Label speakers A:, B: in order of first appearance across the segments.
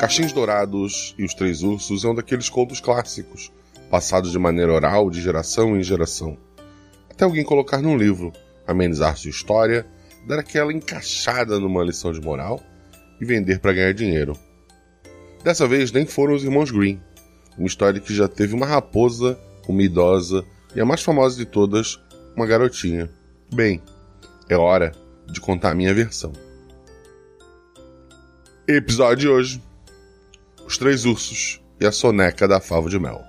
A: Caixins Dourados e Os Três Ursos é um daqueles contos clássicos, passados de maneira oral de geração em geração. Até alguém colocar num livro, amenizar sua história, dar aquela encaixada numa lição de moral e vender para ganhar dinheiro. Dessa vez nem foram os irmãos Green, uma história que já teve uma raposa, uma idosa e a mais famosa de todas, uma garotinha. Bem, é hora de contar a minha versão. Episódio de hoje: Os Três Ursos e a Soneca da Fava de Mel.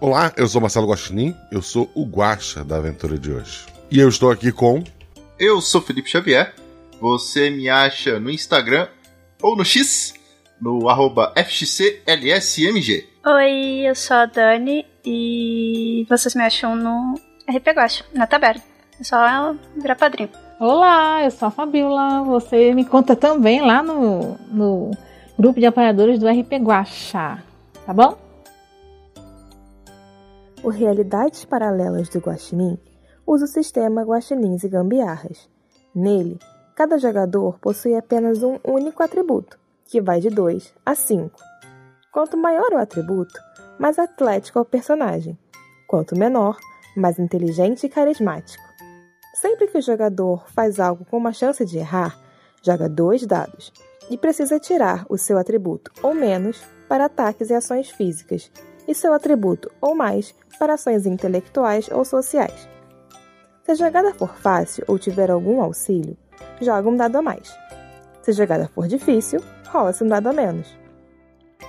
A: Olá, eu sou Marcelo Guaxinim, eu sou o guacha da aventura de hoje. E eu estou aqui com.
B: Eu sou Felipe Xavier. Você me acha no Instagram ou no X, no arroba FXCLSMG.
C: Oi, eu sou a Dani e vocês me acham no RP Guacha, na taberna. É só virar padrinho.
D: Olá, eu sou a Fabiola. Você me conta também lá no, no grupo de apoiadores do RP Guacha, tá bom?
E: O Realidades Paralelas do Guaxinim usa o sistema Guaxinins e Gambiarras. Nele, cada jogador possui apenas um único atributo, que vai de 2 a 5. Quanto maior o atributo, mais atlético é o personagem. Quanto menor, mais inteligente e carismático. Sempre que o jogador faz algo com uma chance de errar, joga dois dados e precisa tirar o seu atributo ou menos para ataques e ações físicas, e seu atributo ou mais para ações intelectuais ou sociais. Se a jogada for fácil ou tiver algum auxílio, joga um dado a mais. Se a jogada for difícil, rola-se um dado a menos.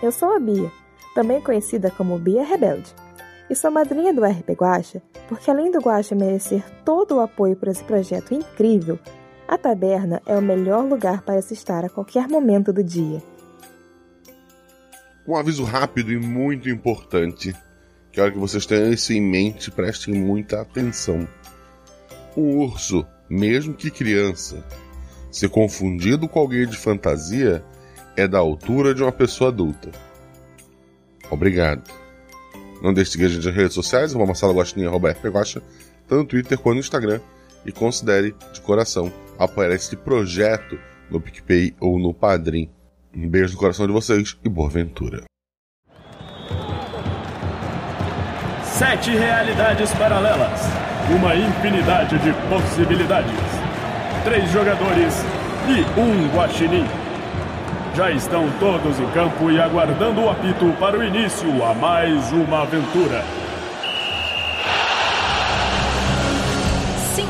E: Eu sou a Bia, também conhecida como Bia Rebelde e sou madrinha do RP Guacha, porque além do Guacha merecer todo o apoio para esse projeto incrível, a taberna é o melhor lugar para se estar a qualquer momento do dia.
A: Um aviso rápido e muito importante. Quero que vocês tenham isso em mente e prestem muita atenção. Um urso, mesmo que criança, se confundido com alguém de fantasia, é da altura de uma pessoa adulta. Obrigado. Não deixe de seguir a gente nas redes sociais, arroba Marcelo Guaxinim, arroba RP Guaxa, tanto no Twitter quanto no Instagram. E considere, de coração, apoiar esse projeto no PicPay ou no Padrim. Um beijo no coração de vocês e boa aventura.
F: Sete realidades paralelas. Uma infinidade de possibilidades. Três jogadores e um guaxinim. Já estão todos em campo e aguardando o apito para o início a mais uma aventura.
G: 5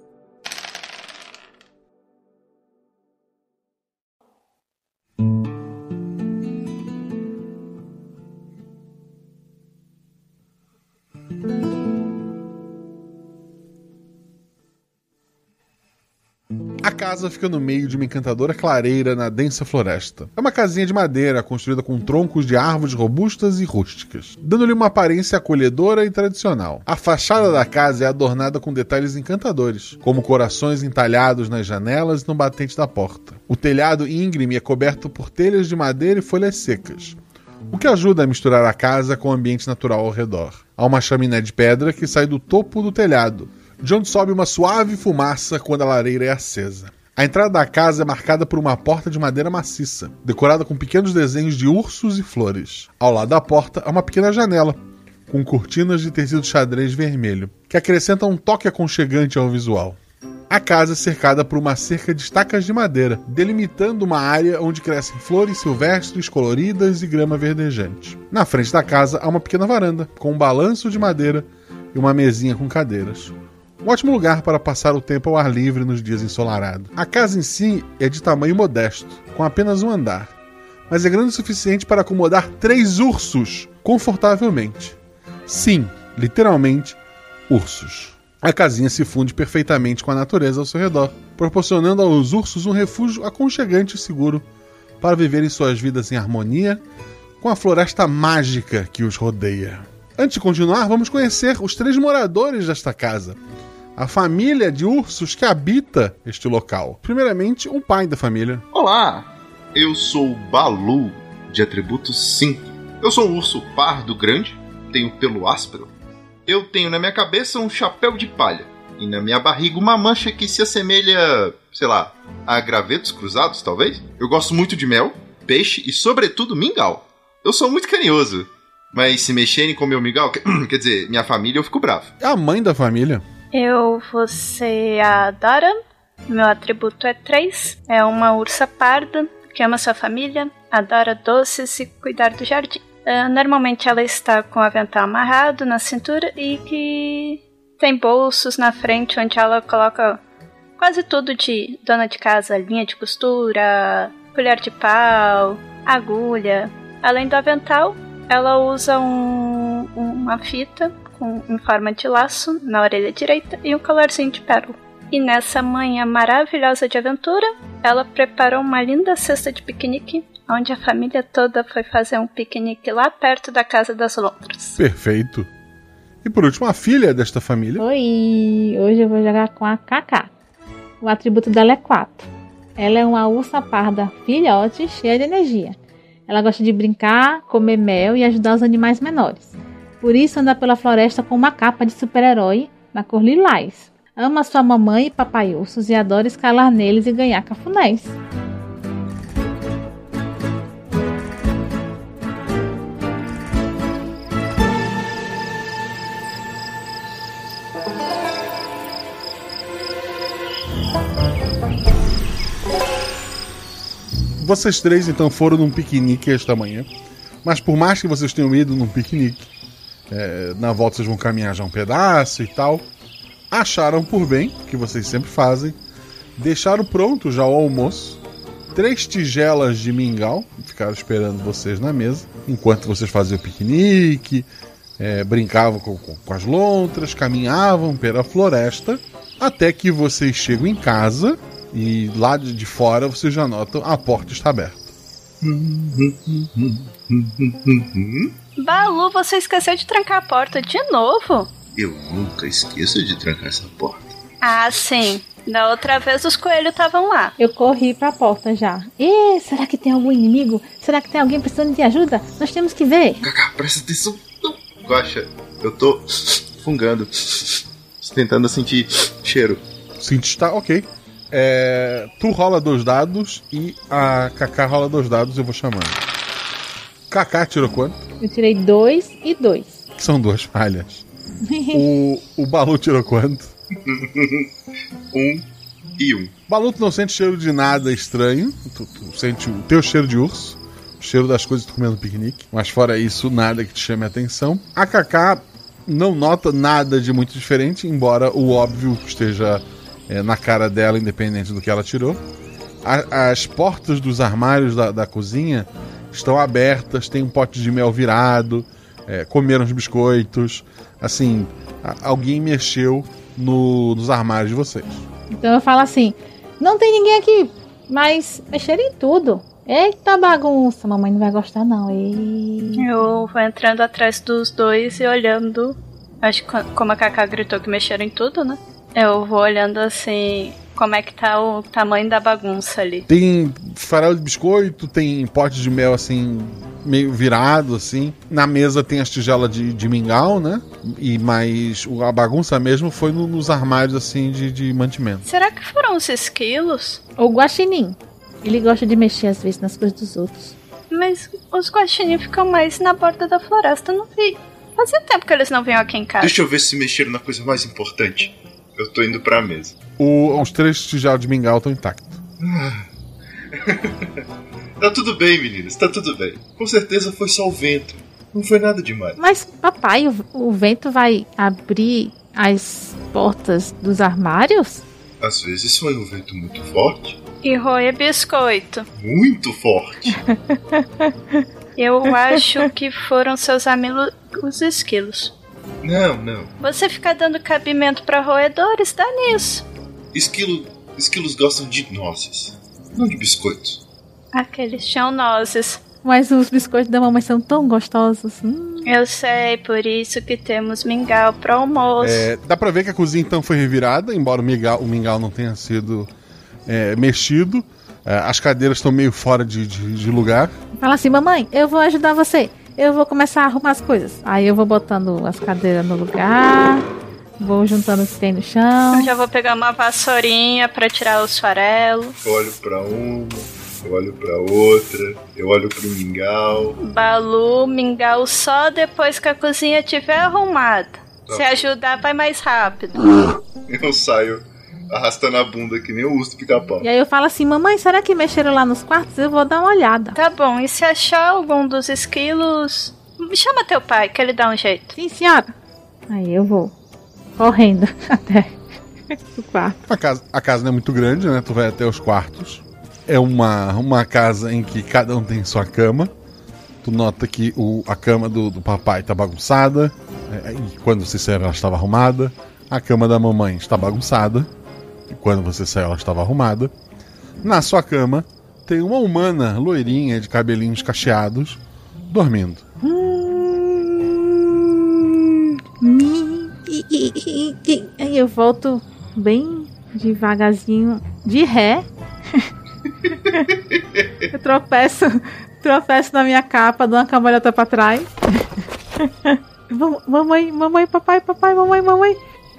H: A casa fica no meio de uma encantadora clareira na densa floresta. É uma casinha de madeira construída com troncos de árvores robustas e rústicas, dando-lhe uma aparência acolhedora e tradicional. A fachada da casa é adornada com detalhes encantadores, como corações entalhados nas janelas e no batente da porta. O telhado íngreme é coberto por telhas de madeira e folhas secas, o que ajuda a misturar a casa com o ambiente natural ao redor. Há uma chaminé de pedra que sai do topo do telhado, de onde sobe uma suave fumaça quando a lareira é acesa. A entrada da casa é marcada por uma porta de madeira maciça, decorada com pequenos desenhos de ursos e flores. Ao lado da porta há uma pequena janela, com cortinas de tecido xadrez vermelho, que acrescenta um toque aconchegante ao visual. A casa é cercada por uma cerca de estacas de madeira, delimitando uma área onde crescem flores silvestres coloridas e grama verdejante. Na frente da casa há uma pequena varanda, com um balanço de madeira e uma mesinha com cadeiras. Um ótimo lugar para passar o tempo ao ar livre nos dias ensolarados. A casa em si é de tamanho modesto, com apenas um andar, mas é grande o suficiente para acomodar três ursos confortavelmente. Sim, literalmente, ursos. A casinha se funde perfeitamente com a natureza ao seu redor, proporcionando aos ursos um refúgio aconchegante e seguro para viverem suas vidas em harmonia com a floresta mágica que os rodeia. Antes de continuar, vamos conhecer os três moradores desta casa. A família de ursos que habita este local. Primeiramente, o pai da família.
B: Olá, eu sou o Balu, de atributo 5. Eu sou um urso pardo grande, tenho pelo áspero. Eu tenho na minha cabeça um chapéu de palha e na minha barriga uma mancha que se assemelha, sei lá, a gravetos cruzados, talvez? Eu gosto muito de mel, peixe e, sobretudo, mingau. Eu sou muito carinhoso, mas se mexerem com meu mingau, quer dizer, minha família, eu fico bravo.
H: A mãe da família.
C: Eu vou ser a Dara. Meu atributo é 3. É uma ursa parda que ama sua família, adora doces e cuidar do jardim. Ah, Normalmente ela está com o avental amarrado na cintura e que tem bolsos na frente onde ela coloca quase tudo de dona de casa: linha de costura, colher de pau, agulha. Além do avental, ela usa um- uma fita com, em forma de laço na orelha direita e um colarzinho de pérola. E nessa manhã maravilhosa de aventura, ela preparou uma linda cesta de piquenique, onde a família toda foi fazer um piquenique lá perto da casa das lontras.
H: Perfeito. E por último, a filha desta família.
D: Oi, hoje eu vou jogar com a Kaká. O atributo dela é 4. Ela é uma ursa parda filhote cheia de energia. Ela gosta de brincar, comer mel e ajudar os animais menores. Por isso anda pela floresta com uma capa de super-herói na cor lilás. Ama sua mamãe e papai ursos e adora escalar neles e ganhar cafunés.
H: Vocês três então foram num piquenique esta manhã. Mas por mais que vocês tenham ido num piquenique, é, na volta vocês vão caminhar já um pedaço e tal. Acharam por bem, que vocês sempre fazem, deixaram pronto já o almoço, três tigelas de mingau, que ficaram esperando vocês na mesa, enquanto vocês faziam o piquenique, é, brincavam com, com- com as lontras, caminhavam pela floresta, até que vocês chegam em casa e lá de, de fora vocês já notam a porta está aberta.
C: Balu, você esqueceu de trancar a porta de novo?
B: Eu nunca esqueço de trancar essa porta.
C: Ah, sim. Da outra vez os coelhos estavam lá.
D: Ah, Eu corri para a porta já. Ê, será que tem algum inimigo? Será que tem alguém precisando de ajuda? Nós temos que ver.
B: Kaká, presta atenção. Não. Guaxa, eu tô fungando, tentando sentir cheiro.
H: Cinto está ok. É, tu rola dois dados e a Kaká rola dois dados, eu vou chamando. Kaká tirou quanto?
D: Eu tirei dois e dois.
H: São duas falhas. O, o Balu tirou quanto?
B: um e um.
H: Balu, tu não sente cheiro de nada estranho. Tu, tu sente o teu cheiro de urso, o cheiro das coisas que tu tá comendo no piquenique. Mas fora isso, nada que te chame a atenção. A Kaká não nota nada de muito diferente, embora o óbvio esteja é, na cara dela, independente do que ela tirou. A- as portas dos armários da, da cozinha estão abertas, tem um pote de mel virado, é, comeram os biscoitos. Assim, a- alguém mexeu no- nos armários de vocês.
D: Então eu falo assim: não tem ninguém aqui, mas mexeram em tudo. Eita bagunça, mamãe não vai gostar não. E...
C: Eu vou entrando atrás dos dois e olhando. Acho que co- como a Kaká gritou que mexeram em tudo, né? Eu vou olhando assim como é que tá o tamanho da bagunça ali.
H: Tem farelo de biscoito, tem pote de mel assim, meio virado, assim. Na mesa tem as tigelas de, de mingau, né? E mas o- a bagunça mesmo foi no- nos armários assim de, de mantimento.
C: Será que foram os esquilos?
D: O guaxinim, ele gosta de mexer às vezes nas coisas dos outros.
C: Mas os guaxinins ficam mais na borda da floresta, eu não vi. Fazia tempo que eles não vinham aqui em casa.
B: Tá. Deixa eu ver se mexeram na coisa mais importante. Eu tô indo pra mesa.
H: O, os três tigelas de mingau estão intactos.
B: Tá tudo bem, meninas, tá tudo bem. Com certeza foi só o vento. Não foi nada demais.
D: Mas papai, o, o vento vai abrir as portas dos armários?
B: Às vezes foi um vento muito forte.
C: E roer biscoito.
B: Muito forte.
C: Eu acho que foram seus amigos os esquilos.
B: Não, não.
C: Você ficar dando cabimento pra roedores, dá nisso.
B: Esquilo, esquilos gostam de nozes, não de biscoitos.
C: Aqueles tinham nozes.
D: Mas os biscoitos da mamãe são tão gostosos. Hum.
C: Eu sei, por isso que temos mingau para almoço.
H: É, dá pra ver que a cozinha então foi revirada, embora o mingau, o mingau não tenha sido é, mexido. É, as cadeiras estão meio fora de, de- de lugar.
D: Fala assim, mamãe, eu vou ajudar você. Eu vou começar a arrumar as coisas. Aí eu vou botando as cadeiras no lugar, vou juntando o que tem no chão.
C: Eu Então, já vou pegar uma vassourinha para tirar os farelos.
B: Eu olho pra uma, eu olho pra outra, eu olho pro mingau.
C: Balu, mingau só depois que a cozinha estiver arrumada.
B: Tá.
C: Se ajudar, vai mais rápido.
B: Eu saio arrastando a bunda que nem o urso pica-pau.
D: E aí eu falo assim, mamãe, será que mexeram lá nos quartos? Eu vou dar uma olhada.
C: Tá bom, e se achar algum dos esquilos, chama teu pai, que ele dá um jeito.
D: Sim, senhora. Aí eu vou correndo até o quarto.
H: A casa, a casa não é muito grande, né? Tu vai até os quartos. É uma, uma casa em que cada um tem sua cama. Tu nota que o, a cama do, do papai tá bagunçada. é, e quando você saiu, ela estava arrumada. A cama da mamãe está bagunçada. E quando você saiu, ela estava arrumada. Na sua cama tem uma humana loirinha de cabelinhos cacheados dormindo.
D: Mi- i- i- i- i- Aí eu volto bem devagarzinho, de ré. eu tropeço, tropeço na minha capa, dou uma cambalhota pra trás. Vam- mamãe, mamãe, papai, papai, mamãe, mamãe.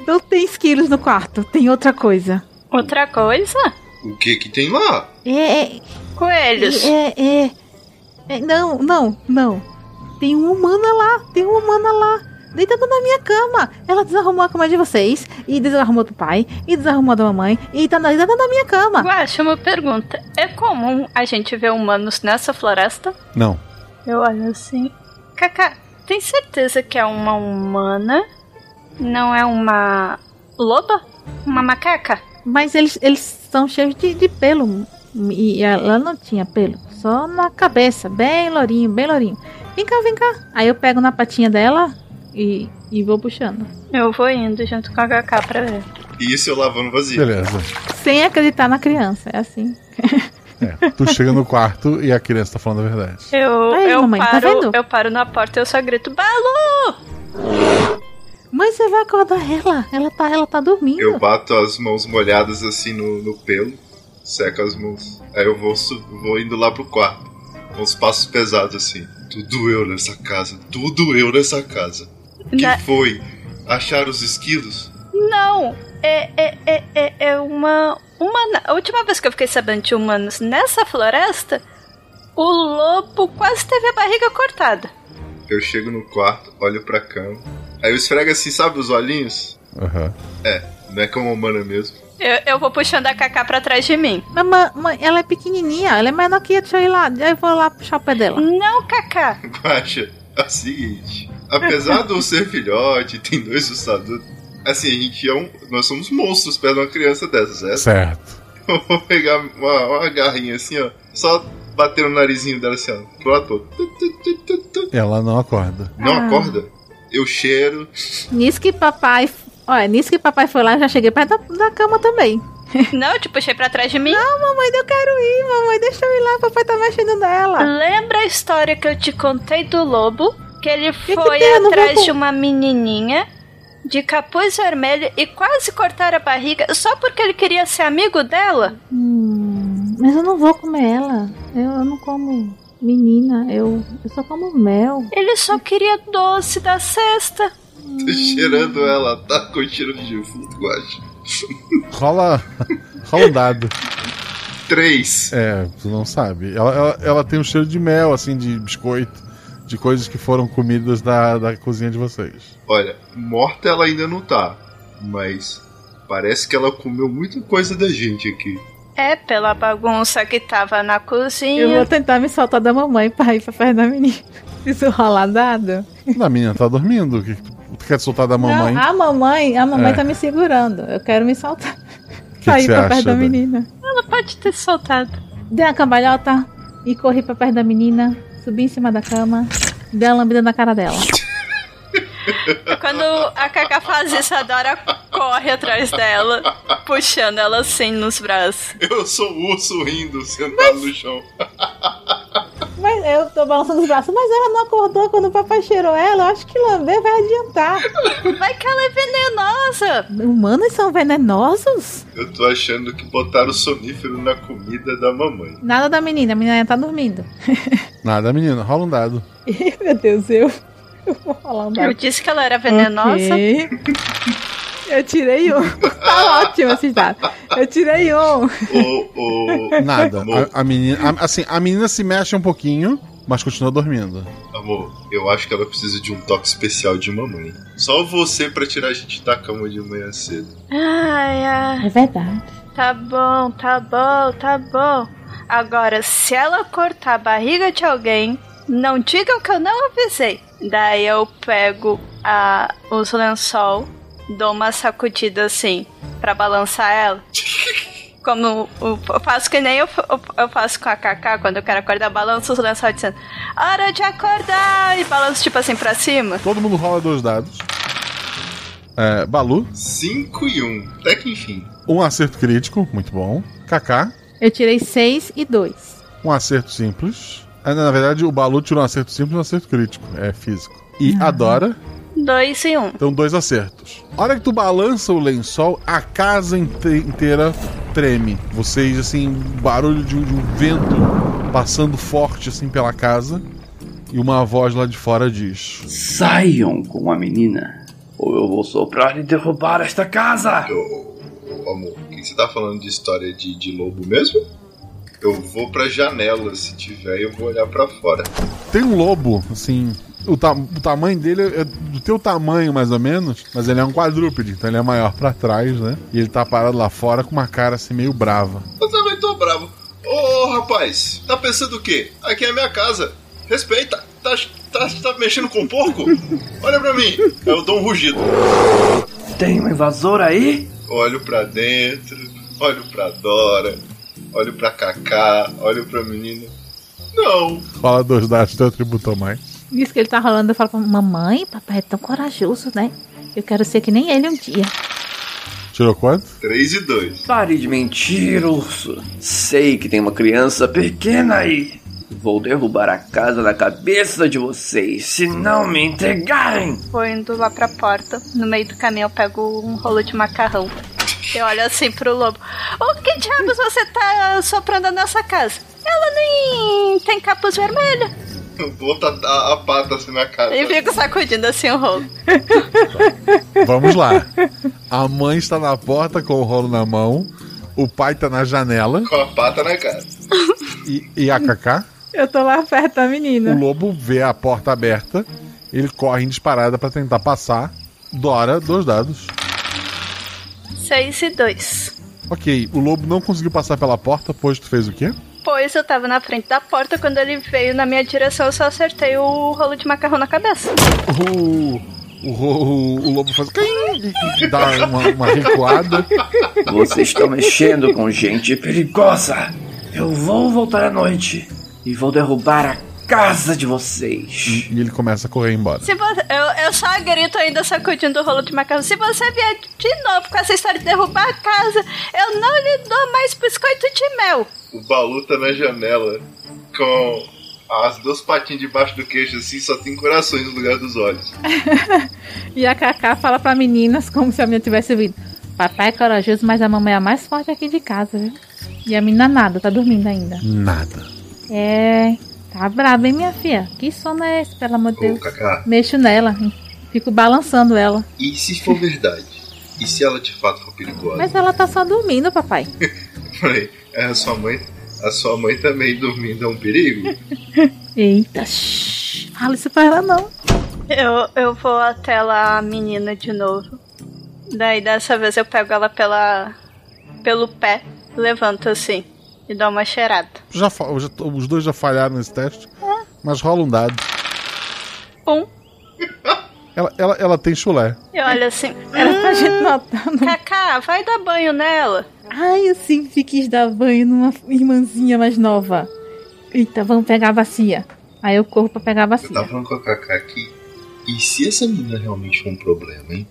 D: Não tem esquilos no quarto, tem outra coisa.
C: Outra coisa?
B: O que que tem lá?
D: É, é,
C: Coelhos.
D: É, é, é. Não, não, não. Tem uma humana lá, tem uma humana lá, deitada na minha cama. Ela desarrumou a cama de vocês, e desarrumou do pai, e desarrumou da mamãe, e tá na- deitada na minha cama.
C: Guaxa, uma pergunta. É comum a gente ver humanos nessa floresta?
H: Não.
C: Eu olho assim. Kaká, tem certeza que é uma humana? Não é uma loba? Uma macaca?
D: Mas eles, eles são cheios de, de pelo. E ela não tinha pelo, só na cabeça, bem lourinho, bem lourinho. Vem cá, vem cá. Aí eu pego na patinha dela e, e vou puxando.
C: Eu vou indo junto com a Kaká pra ver.
B: E isso eu lavando vazio.
H: Beleza.
D: Sem acreditar na criança, é assim.
H: É, tu chega no quarto e a criança tá falando a verdade.
C: Eu,
D: Aí,
C: eu,
D: mamãe, tá
C: paro,
D: vendo?
C: eu paro na porta e eu só grito, Balu!
D: Mãe, você vai acordar ela? Ela tá, ela tá dormindo.
B: Eu bato as mãos molhadas assim no, no pelo, seco as mãos. Aí eu vou, su- vou indo lá pro quarto, com os passos pesados assim. Tudo eu nessa casa, tudo eu nessa casa.
C: Na-
B: Que foi? Achar os esquilos?
C: Não, é, é, é, é, é uma humana. A última vez que eu fiquei sabendo de humanos nessa floresta, o lobo quase teve a barriga cortada.
B: Eu chego no quarto, olho pra cama. Aí eu esfrego assim, sabe os olhinhos?
H: Aham.
B: Não é como humana mesmo.
C: Eu, eu vou puxando a Kaká pra trás de mim.
D: Mas, ma- mãe, ela é pequenininha, ela é menor que eu, deixa eu ir lá, eu vou lá puxar o pé dela.
C: Não, Kaká.
B: Guaxa, é o seguinte. Apesar de eu ser filhote, tem dois adultos. Assim, a gente é um. Nós somos monstros perto de uma criança dessas, é?
H: Certo.
B: Eu vou pegar uma, uma garrinha assim, ó. Só bater no narizinho dela assim, ó. Pro ator.
H: Ela não acorda.
B: Não
D: Ah.
B: acorda? Eu cheiro.
D: Nisso que papai. Olha, nisso que papai foi lá, eu já cheguei perto da, da cama também.
C: Não, tipo, eu te puxei pra trás de mim.
D: Não, mamãe, eu quero ir, mamãe, deixa eu ir lá, papai tá mexendo nela.
C: Lembra a história que eu te contei do lobo? Que ele
D: que
C: foi
D: tem? Eu não
C: atrás
D: vou-
C: de uma menininha de capuz vermelho e quase cortaram a barriga só porque ele queria ser amigo dela?
D: Hum, mas eu não vou comer ela. Eu, eu não como menina, eu, eu só como mel.
C: Ele só queria doce da cesta.
B: Tô cheirando ela, tá com cheiro de defunto, Guaxa.
H: Rola. Rola um dado.
B: Três.
H: É, tu não sabe. Ela, ela, ela tem um cheiro de mel, assim, de biscoito, de coisas que foram comidas da, da cozinha de vocês.
B: Olha, morta ela ainda não tá. Mas parece que ela comeu muita coisa da gente aqui.
C: É, pela bagunça que tava na
D: Eu vou
C: cozinha.
D: tentar me soltar da mamãe pra ir pra perto da menina. Isso rolar dado?
H: A menina tá dormindo. O que que tu, tu quer te soltar da mamãe?
D: Não, Ah, a mamãe, a mamãe
H: É.
D: tá me segurando. Eu quero me soltar.
H: O que que
D: Sair
H: você
D: pra
H: acha?
D: perto da
H: Dani?
D: menina.
C: Ela pode ter soltado.
D: Dei uma cambalhota e corri pra perto da menina, subi em cima da cama, dei uma lambida na cara dela.
C: Quando a Kaká faz isso, a Dora corre atrás dela, puxando ela assim nos braços.
B: Eu sou o urso rindo, sentado no chão.
D: Mas eu tô balançando os braços, mas ela não acordou quando o papai cheirou ela. Eu acho que lamber vai adiantar.
C: Vai que ela é venenosa!
D: Humanos são venenosos?
B: Eu tô achando que botaram o sonífero na comida da mamãe.
D: Nada da menina, a menina tá dormindo.
H: Nada, menina, rola um dado.
D: Ih, Meu Deus, eu, eu vou rolar um
C: Eu
D: dado.
C: disse que ela era venenosa.
D: Ok. Eu tirei um. Tá ótimo esses dados. Eu tirei um.
B: Ô, ô,
H: Nada.
B: Amor,
H: A, a menina, a- assim, a menina se mexe um pouquinho, mas continua dormindo.
B: amor, eu acho que ela precisa de um toque especial de mamãe. Só você pra tirar a gente da cama de manhã cedo.
C: Ai, ai.
D: É verdade.
C: Tá bom, tá bom, tá bom. Agora, se ela cortar a barriga de alguém, não digam que eu não avisei. Daí eu pego a, os lençol, dou uma sacudida assim, pra balançar ela. Como o- eu faço que nem eu, fa- eu, eu faço com a Kaká, quando eu quero acordar, eu balanço os lençol dizendo Hora de acordar! E balanço tipo assim pra cima.
H: Todo mundo rola dois dados. É, Balu,
B: 5 e 1. Um. Até que enfim.
H: um acerto crítico, muito bom. Kaká,
D: Eu tirei seis e dois.
H: um acerto simples. Ah, Na verdade, o Balu tirou um acerto simples e um acerto crítico. É físico. E Adora,
C: Dois e um.
H: então dois acertos. A hora que tu balança o lençol, a casa inte- inteira treme. Vocês, assim, barulho de um, de um vento passando forte, assim, pela casa. E uma voz lá de fora diz...
I: Saiam com a menina, ou eu vou soprar e derrubar esta casa!
B: Ô, ô, ô, amor, o que você tá falando de história de, de lobo mesmo? Eu vou pra janela, se tiver, eu vou olhar pra fora.
H: Tem um lobo, assim. O, ta- o tamanho dele é do teu tamanho, mais ou menos. Mas ele é um quadrúpede, então ele é maior pra trás, né? E ele tá parado lá fora com uma cara assim meio brava.
B: Eu também tô bravo. Ô, ô, rapaz, tá pensando o quê? Aqui é a minha casa. Respeita. Tá, tá, tá mexendo com um porco? Olha pra mim. Eu dou um rugido.
I: Tem um invasor aí?
B: Olho pra dentro, olho pra Dora, olho pra Kaká, olho pra menina. Não.
H: Fala dois dados, teu atributo a mais.
D: Diz que ele tá rolando, eu falo pra mamãe, papai é tão corajoso, né? Eu quero ser que nem ele um dia.
H: Tirou quanto?
B: 3 e 2.
I: Pare de mentir, urso. Sei que tem uma criança pequena aí. Vou derrubar a casa na cabeça de vocês se não me entregarem.
C: Vou indo lá pra porta. No meio do caminho eu pego um rolo de macarrão. Eu olho assim pro lobo. O que diabos você tá soprando na nossa casa? Ela nem tem capuz vermelho.
B: Bota a, a pata assim na cara.
C: E fico sacudindo assim o rolo.
H: Vamos lá. A mãe está na porta com o rolo na mão. O pai tá na janela.
B: Com a pata na cara.
H: E, e a Kaká.
D: Eu tô lá perto da
H: O
D: menina.
H: lobo vê a porta aberta. Ele corre em disparada pra tentar passar. Dora, dois dados.
C: 6 e 2.
H: Ok, o lobo não conseguiu passar pela porta, pois tu fez o quê?
C: Pois eu tava na frente da porta, quando ele veio na minha direção, eu só acertei o rolo de macarrão na cabeça.
H: O, o, o, o lobo faz. "Quim", e Dá uma, uma recuada.
I: Vocês estão mexendo com gente perigosa. Eu vou voltar à noite e vou derrubar a casa de vocês.
H: E ele começa a correr embora.
C: Se você, eu, eu só grito ainda sacudindo o rolo de macarrão. Se você vier de novo com essa história de derrubar a casa, eu não lhe dou mais biscoito de mel.
B: O Balu tá na janela com as duas patinhas debaixo do queixo assim, só tem corações no lugar dos olhos.
D: E a Cacá fala pra meninas como se a menina tivesse vindo. Papai é corajoso, mas a mamãe é a mais forte aqui de casa, viu? E a menina nada, tá dormindo ainda.
H: Nada.
D: É. Tá braba, hein, minha filha? Que sono é esse, pelo amor de
B: Ô,
D: Deus?
B: Kaká,
D: Mexo nela, hein? fico balançando ela.
B: e se for verdade? E se ela de fato for perigosa?
D: Mas ela tá só dormindo, papai.
B: Falei, é a sua mãe. A sua mãe também dormindo é um perigo?
D: Eita, shh, fala isso pra ela não.
C: Eu, eu vou até lá a menina de novo. Daí dessa vez eu pego ela pela pelo pé, levanto assim e dou uma cheirada.
H: Já, fa- já- os dois já falharam nesse teste, mas rola um dado.
C: Um,
H: Ela, ela, ela tem chulé.
C: eu olho assim,
D: Era pra tá gente notando.
C: Kaká, vai dar banho nela.
D: Ai, eu sempre quis dar banho numa irmãzinha mais nova. Eita, vamos pegar a bacia. Aí eu corro pra pegar a
B: Eu tava
D: bacia.
B: falando com a Kaká aqui. E se essa menina realmente for um problema, hein?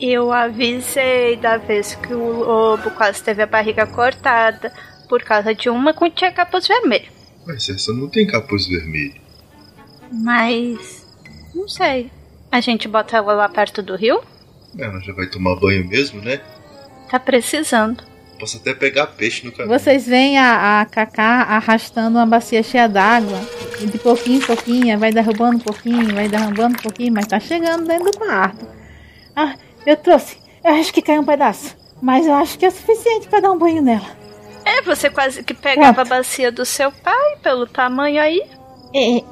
C: Eu avisei da vez que o lobo quase teve a barriga cortada por causa de uma com tinha capuz vermelho.
B: Mas essa não tem capuz vermelho.
C: Mas. Não sei. A gente bota ela lá perto do rio?
B: Ela já vai tomar banho mesmo, né?
C: Tá precisando.
B: Posso até pegar peixe no caminho.
D: Vocês veem a, a Cacá arrastando uma bacia cheia d'água. E de pouquinho em pouquinho, vai derrubando um pouquinho, vai derrubando um pouquinho, mas tá chegando dentro do quarto. Ah, eu trouxe. Eu acho que caiu um pedaço. Mas eu acho que é suficiente pra dar um banho nela.
C: É, você quase que pegava a bacia do seu pai pelo tamanho aí.
D: É, é,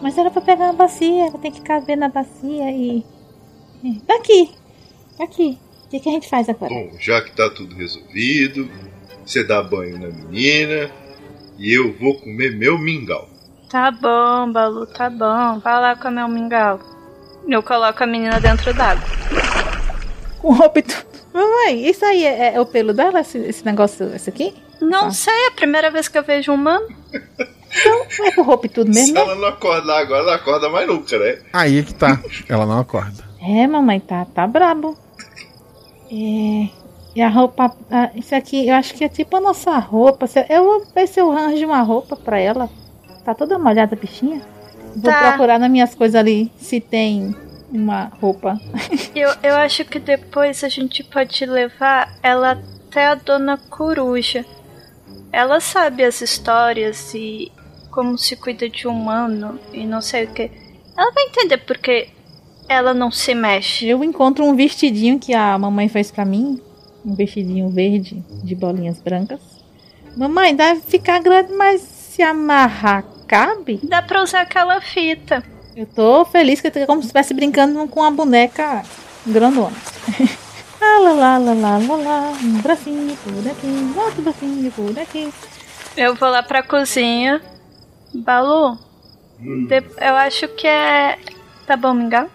D: mas era pra pegar uma bacia, ela tem que caber na bacia e. é, Daqui! Daqui! O que, que a gente faz agora?
B: Bom, já que tá tudo resolvido, você dá banho na menina e eu vou comer meu mingau.
C: Tá bom, Balu, tá bom. Vai lá comer um mingau. Eu coloco a menina dentro d'água.
D: O óbito. Mamãe, isso aí é, é o pelo dela? Esse, esse negócio, esse aqui? Ah.
C: Não sei, é a primeira vez que eu vejo um humano.
D: Não é com roupa e tudo
B: Se
D: mesmo? né?
B: ela não acordar agora, ela acorda mais nunca, né?
H: Aí é que tá. Ela não acorda.
D: É, mamãe, tá, tá brabo. É, e a roupa. ah, isso aqui, eu acho que é tipo a nossa roupa. Se- Eu vou ver se eu arranjo uma roupa pra ela. Tá toda molhada, bichinha? Vou
C: Tá.
D: procurar nas minhas coisas ali se tem uma roupa.
C: Eu, eu acho que depois a gente pode levar ela até a Dona Coruja. Ela sabe as histórias e como se cuida de humano e não sei o que. Ela vai entender porque ela não se mexe.
D: Eu encontro um vestidinho que a mamãe fez pra mim. Um vestidinho verde de bolinhas brancas. Mamãe, deve ficar grande, mas se amarrar cabe?
C: Dá pra usar aquela fita.
D: Eu tô feliz que eu tô como se estivesse brincando com uma boneca grandona. Ah, lá, lá, lá, lá, lá, lá, um bracinho por aqui, outro bracinho por aqui.
C: Eu vou lá pra cozinha. Balu, de- eu acho que é. Tá bom, mingau?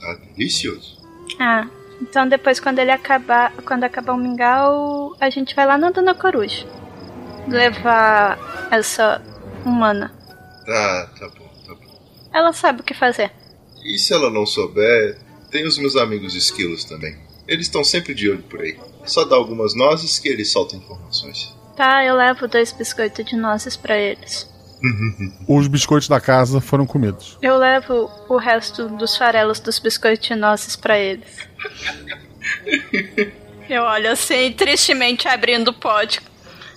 B: Tá delicioso.
C: Ah, então depois quando ele acabar, quando acabar o mingau, a gente vai lá na Dona Coruja. Levar essa humana.
B: Tá, tá bom, tá bom.
C: Ela sabe o que fazer.
B: E se ela não souber, tem os meus amigos esquilos também. Eles estão sempre de olho por aí. É Só dá algumas nozes que eles soltam informações.
C: Tá, eu levo dois biscoitos de nozes pra eles.
H: Os biscoitos da casa foram comidos.
C: Eu levo o resto dos farelos dos biscoitos de nozes pra eles. eu olho assim, tristemente abrindo o pote.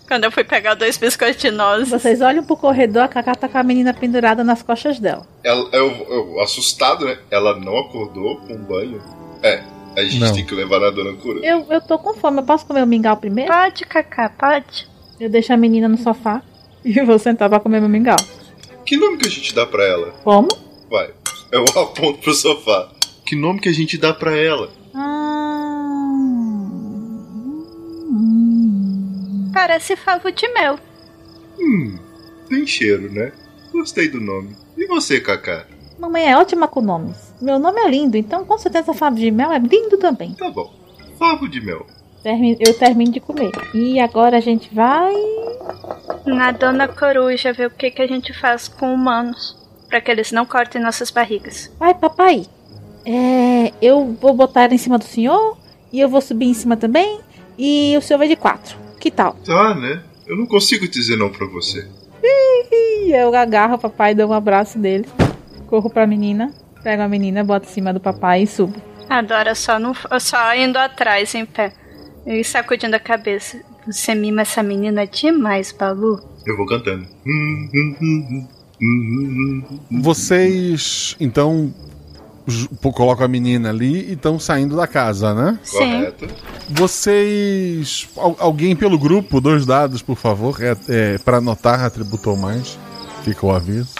C: Quando eu fui pegar dois biscoitos de nozes.
D: Vocês olham pro corredor, a Cacá tá com a menina pendurada nas costas dela.
B: Ela, eu, eu- assustado, né? Ela não acordou com o banho. É, a gente
H: Não.
B: tem que levar na dona Cura.
D: Eu, eu tô com fome, eu posso comer o mingau primeiro?
C: Pode, Cacá, pode.
D: Eu deixo a menina no sofá e vou sentar pra comer meu mingau.
B: Que nome que a gente dá pra ela?
D: Como?
B: Vai, eu aponto pro sofá. Que nome que a gente dá pra ela?
C: Parece favo de mel.
B: Hum, tem cheiro, né? Gostei do nome. E você, Kaká?
D: Mamãe é ótima com nomes. Meu nome é lindo, então com certeza Fábio de Mel é lindo também.
B: Tá bom. Favo de mel.
D: Termi- Eu termino de comer. E agora a gente vai.
C: Na Dona Coruja, ver o que, que a gente faz com humanos. Pra que eles não cortem nossas barrigas.
D: Vai, papai. É, eu vou botar ela em cima do senhor. E eu vou subir em cima também. E o senhor vai de quatro. Que tal?
B: Tá, né? Eu não consigo dizer não pra você.
D: E eu agarro o papai, dou um abraço dele. Corro pra menina. Pego a menina, boto em cima do papai e subo.
C: Adora só, não, só indo atrás em pé. E sacudindo a cabeça. Você mima essa menina demais, Balu.
B: Eu vou cantando.
H: Vocês, então, ju- pô, colocam a menina ali e estão saindo da casa, né?
C: Sim.
B: Correto.
H: Vocês. al- alguém pelo grupo, dois dados, por favor, é, é, para anotar atributo ou mais. Fica o aviso.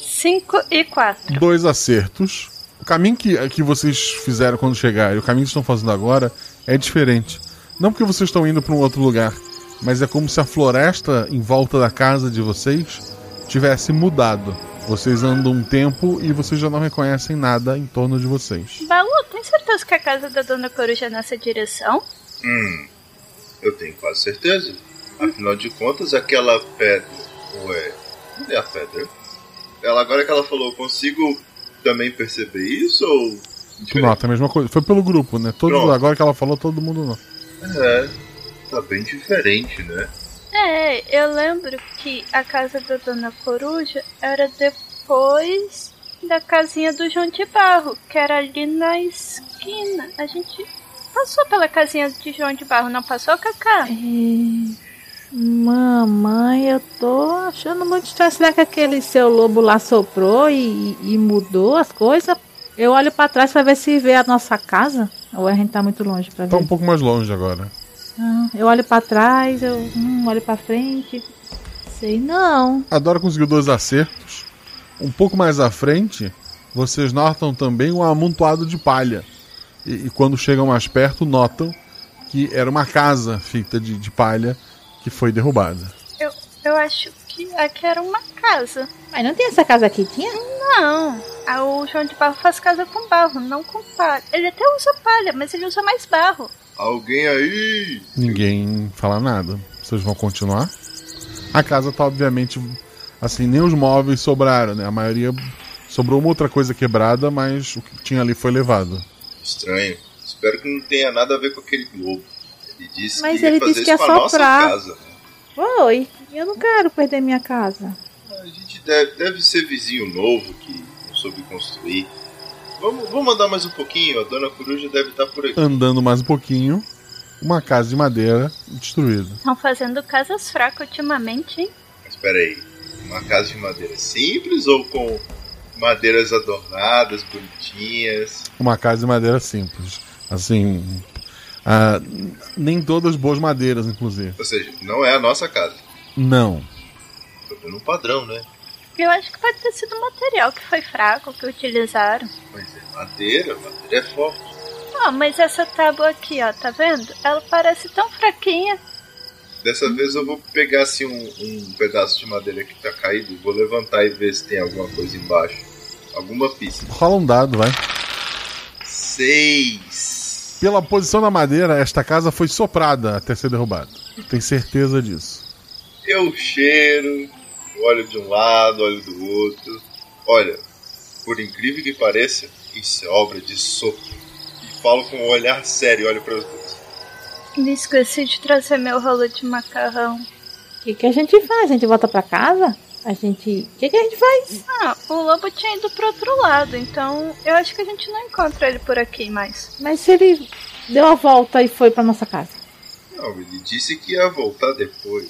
C: 5 e 4.
H: Dois acertos. O caminho que, que vocês fizeram quando chegaram e o caminho que estão fazendo agora é diferente. Não porque vocês estão indo para um outro lugar, mas é como se a floresta em volta da casa de vocês tivesse mudado. Vocês andam um tempo e vocês já não reconhecem nada em torno de vocês.
C: Balu, tem certeza que a casa da Dona Coruja é nessa direção?
B: Hum, eu tenho quase certeza. Afinal de contas, aquela pedra. Ué, onde é a pedra? Ela agora que ela falou, eu consigo também perceber isso ou.
H: Tu nota a mesma coisa. Foi pelo grupo, né? Todo,
B: Pronto.
H: agora que ela falou, todo mundo nota.
B: É, tá bem diferente, né?
C: É, eu lembro que a casa da Dona Coruja era depois da casinha do João de Barro, que era ali na esquina. A gente passou pela casinha de João de Barro, não passou, Cacá?
D: É. Mamãe, eu tô achando muito estranho. Será que aquele seu lobo lá soprou e, e mudou as coisas? Eu olho pra trás pra ver se vê a nossa casa. Ou a gente tá muito longe pra ver.
H: Tá um pouco mais longe agora.
D: Ah, eu olho pra trás, eu hum, olho pra frente. Sei não.
H: A Dora conseguiu dois acertos. Um pouco mais à frente, vocês notam também um amontoado de palha. E, e quando chegam mais perto, notam que era uma casa feita de, de palha que foi derrubada.
C: Eu, eu acho que aqui era uma casa.
D: Mas não tem essa casa aqui, tinha?
C: Não. Ah, O João de Barro faz casa com barro, não com palha. Ele até usa palha, mas ele usa mais barro.
B: Alguém aí?
H: Ninguém fala nada. Vocês vão continuar? A casa tá obviamente assim, nem os móveis sobraram, né? A maioria sobrou uma outra coisa quebrada, mas o que tinha ali foi levado.
B: Estranho. Espero que não tenha nada a ver com aquele globo. Ele disse
D: Mas
B: que ia
D: ele
B: fazer
D: disse que é
B: isso
D: ia
B: com a nossa
D: soprar.
B: casa.
D: Foi. Eu não quero perder minha casa.
B: A gente deve, deve ser vizinho novo que não soube construir. Vamos, vamos andar mais um pouquinho, a Dona Coruja deve estar por aqui.
H: Andando mais um pouquinho, uma casa de madeira destruída.
C: Estão fazendo casas fracas ultimamente, hein?
B: Mas peraí, uma casa de madeira simples ou com madeiras adornadas, bonitinhas?
H: Uma casa de madeira simples. Assim, ah, nem todas boas madeiras, inclusive.
B: Ou seja, não é a nossa casa.
H: Não.
B: Tô vendo um padrão, né?
C: Eu acho que pode ter sido o material que foi fraco, que utilizaram.
B: Mas é madeira, madeira é forte.
C: Ó, mas essa tábua aqui, ó, tá vendo? Ela parece tão fraquinha.
B: Dessa vez eu vou pegar assim um, um pedaço de madeira que tá caído, vou levantar e ver se tem alguma coisa embaixo. Alguma pista.
H: Rola um dado, vai.
B: Seis.
H: Pela posição da madeira, esta casa foi soprada até ser derrubada. Tem certeza disso.
B: Eu um cheiro, olho de um lado, olho do outro. Olha, por incrível que pareça, isso é obra de sopro. E falo com um olhar sério, olho para os dois.
C: Me esqueci de trazer meu rolo de macarrão.
D: O que, que a gente faz? A gente volta pra casa? A gente. O que, que a gente faz?
C: Ah, o lobo tinha ido pro outro lado, então eu acho que a gente não encontra ele por aqui mais.
D: Mas se ele deu a volta e foi pra nossa casa.
B: Não, ele disse que ia voltar depois.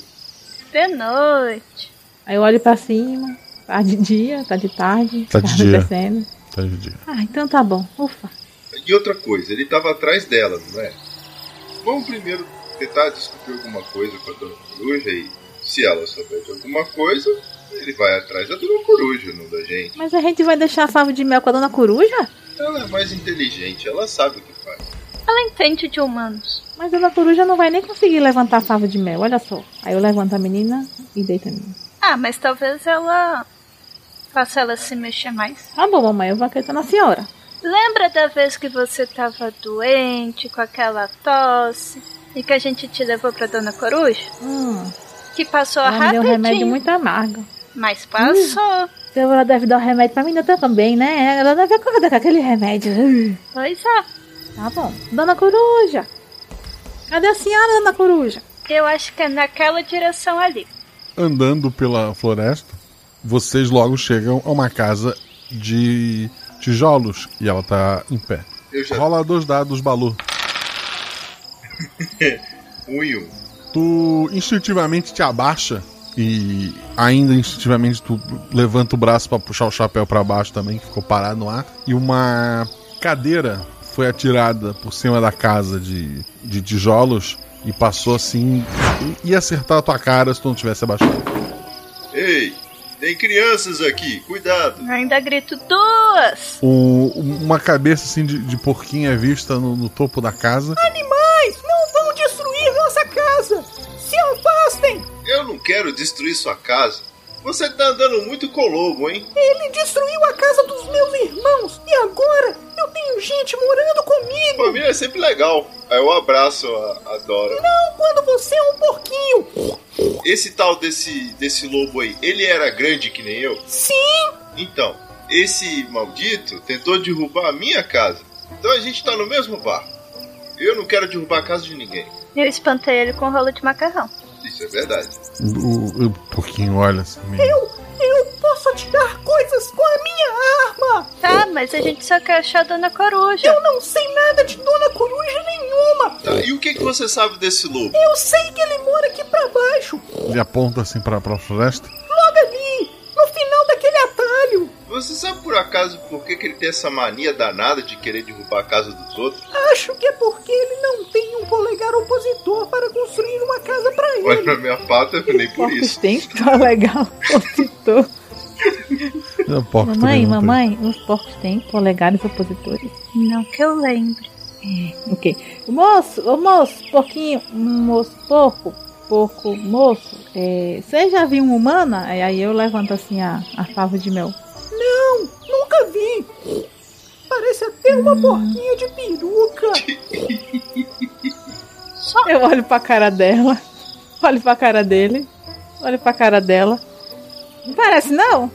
C: De noite.
D: Aí eu olho pra cima. Tá de dia, tá de tarde.
H: Tá de dia.
D: Descendo.
H: Tá, Didi?
D: Ah, então tá bom. Ufa.
B: E outra coisa, ele estava atrás dela, não é? Vamos primeiro tentar discutir alguma coisa com a Dona Coruja e se ela souber de alguma coisa, ele vai atrás da Dona Coruja, não da gente.
D: Mas a gente vai deixar a salva de mel com a dona coruja?
B: Ela é mais inteligente, ela sabe o que faz.
C: Ela entende de humanos.
D: Mas a dona coruja não vai nem conseguir levantar a salva de mel, olha só. Aí eu levanto a menina e deito a menina.
C: Ah, mas talvez ela faça ela se mexer mais.
D: Tá bom, mamãe, eu vou acreditar na senhora.
C: Lembra da vez que você tava doente com aquela tosse e que a gente te levou pra Dona Coruja?
D: Hum,
C: Que passou
D: ela me deu um remédio
C: rapidinho,
D: muito amargo.
C: mas
J: Hum.
C: passou.
D: Então ela deve dar o remédio pra menina também, né? Ela deve acordar com aquele remédio. Ugh.
C: Pois é.
D: Tá bom. Dona Coruja! Cadê a senhora, Dona Coruja?
C: Eu acho que é naquela direção ali.
H: Andando pela floresta, vocês logo chegam a uma casa de tijolos e ela tá em pé.
B: Eu já
H: Rola dois dados, Balu.
B: punho
H: Tu instintivamente te abaixa e ainda instintivamente tu levanta o braço pra puxar o chapéu pra baixo também, que ficou parado no ar. E uma cadeira foi atirada por cima da casa de, de tijolos e passou assim. e- ia acertar a tua cara se tu não tivesse abaixado.
B: Ei, tem crianças aqui, cuidado!
C: Eu ainda grito duas!
H: O- uma cabeça assim de, de porquinho é vista no, no topo da casa.
J: Animais, não vão destruir nossa casa! Se afastem!
B: Eu não quero destruir sua casa. Você tá andando muito com o lobo, hein?
J: Ele destruiu a casa dos meus irmãos e agora eu tenho gente morando comigo!
B: Família é sempre legal. Aí eu abraço a, a Dora.
J: Não quando você é um porquinho!
B: Esse tal desse, desse lobo aí, ele era grande que nem eu?
J: Sim!
B: Então, esse maldito tentou derrubar a minha casa. Então a gente tá no mesmo barco. Eu não quero derrubar a casa de ninguém.
C: Eu espantei ele com o um rolo de macarrão.
B: Isso é verdade.
H: O, o Pouquinho olha assim. meio-
J: Eu, eu posso atirar coisas com a minha arma!
C: Tá, mas a gente só quer achar a Dona Coruja.
J: Eu não sei nada de Dona Coruja nenhuma!
B: Tá, e o que, que você sabe desse lobo?
J: Eu sei que ele mora aqui pra baixo,
H: Ele aponta assim pra, pra floresta.
J: logo ali, no final daquele atalho.
B: Você sabe por acaso por que, que ele tem essa mania danada de querer derrubar a casa dos outros?
J: Acho que é porque ele não tem um polegar opositor para construir uma casa pra
B: Olha pra
J: ele.
B: minha pata, eu falei por isso.
D: Tem que tá legal. Opositor.
H: Não, porco
D: mamãe,
H: também não,
D: mamãe, os porcos têm polegares opositores? É,
C: Não que eu lembre.
D: Ok. Moço, ô moço, porquinho, moço, porco, porco, moço, é, você já viu uma humana? Aí- Aí eu levanto assim a, a fava de mel.
J: Não, nunca vi. Parece até uma porquinha de peruca.
D: Eu olho pra cara dela, olho pra cara dele, olho pra cara dela. Não parece não?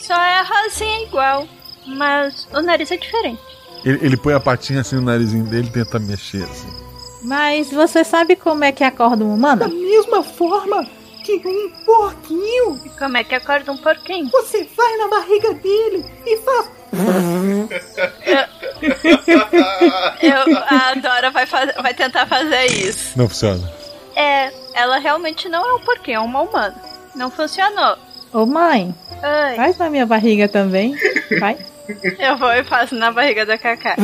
C: Só é a rosinha igual, mas o nariz é diferente.
H: Ele, ele põe a patinha assim no narizinho dele e tenta mexer assim.
D: Mas você sabe como é que acorda uma
J: Da
D: humana?
J: mesma forma que um porquinho.
C: E como é que acorda um porquinho?
J: Você vai na barriga dele e faz.
C: Eu, a Dora vai, faz- vai tentar fazer isso.
H: Não funciona.
C: É, ela realmente não é um porquinho, é uma humana. Não funcionou.
D: Ô mãe,
C: Ai,
D: faz na minha barriga também. Vai.
C: eu vou e faço na barriga da Cacá.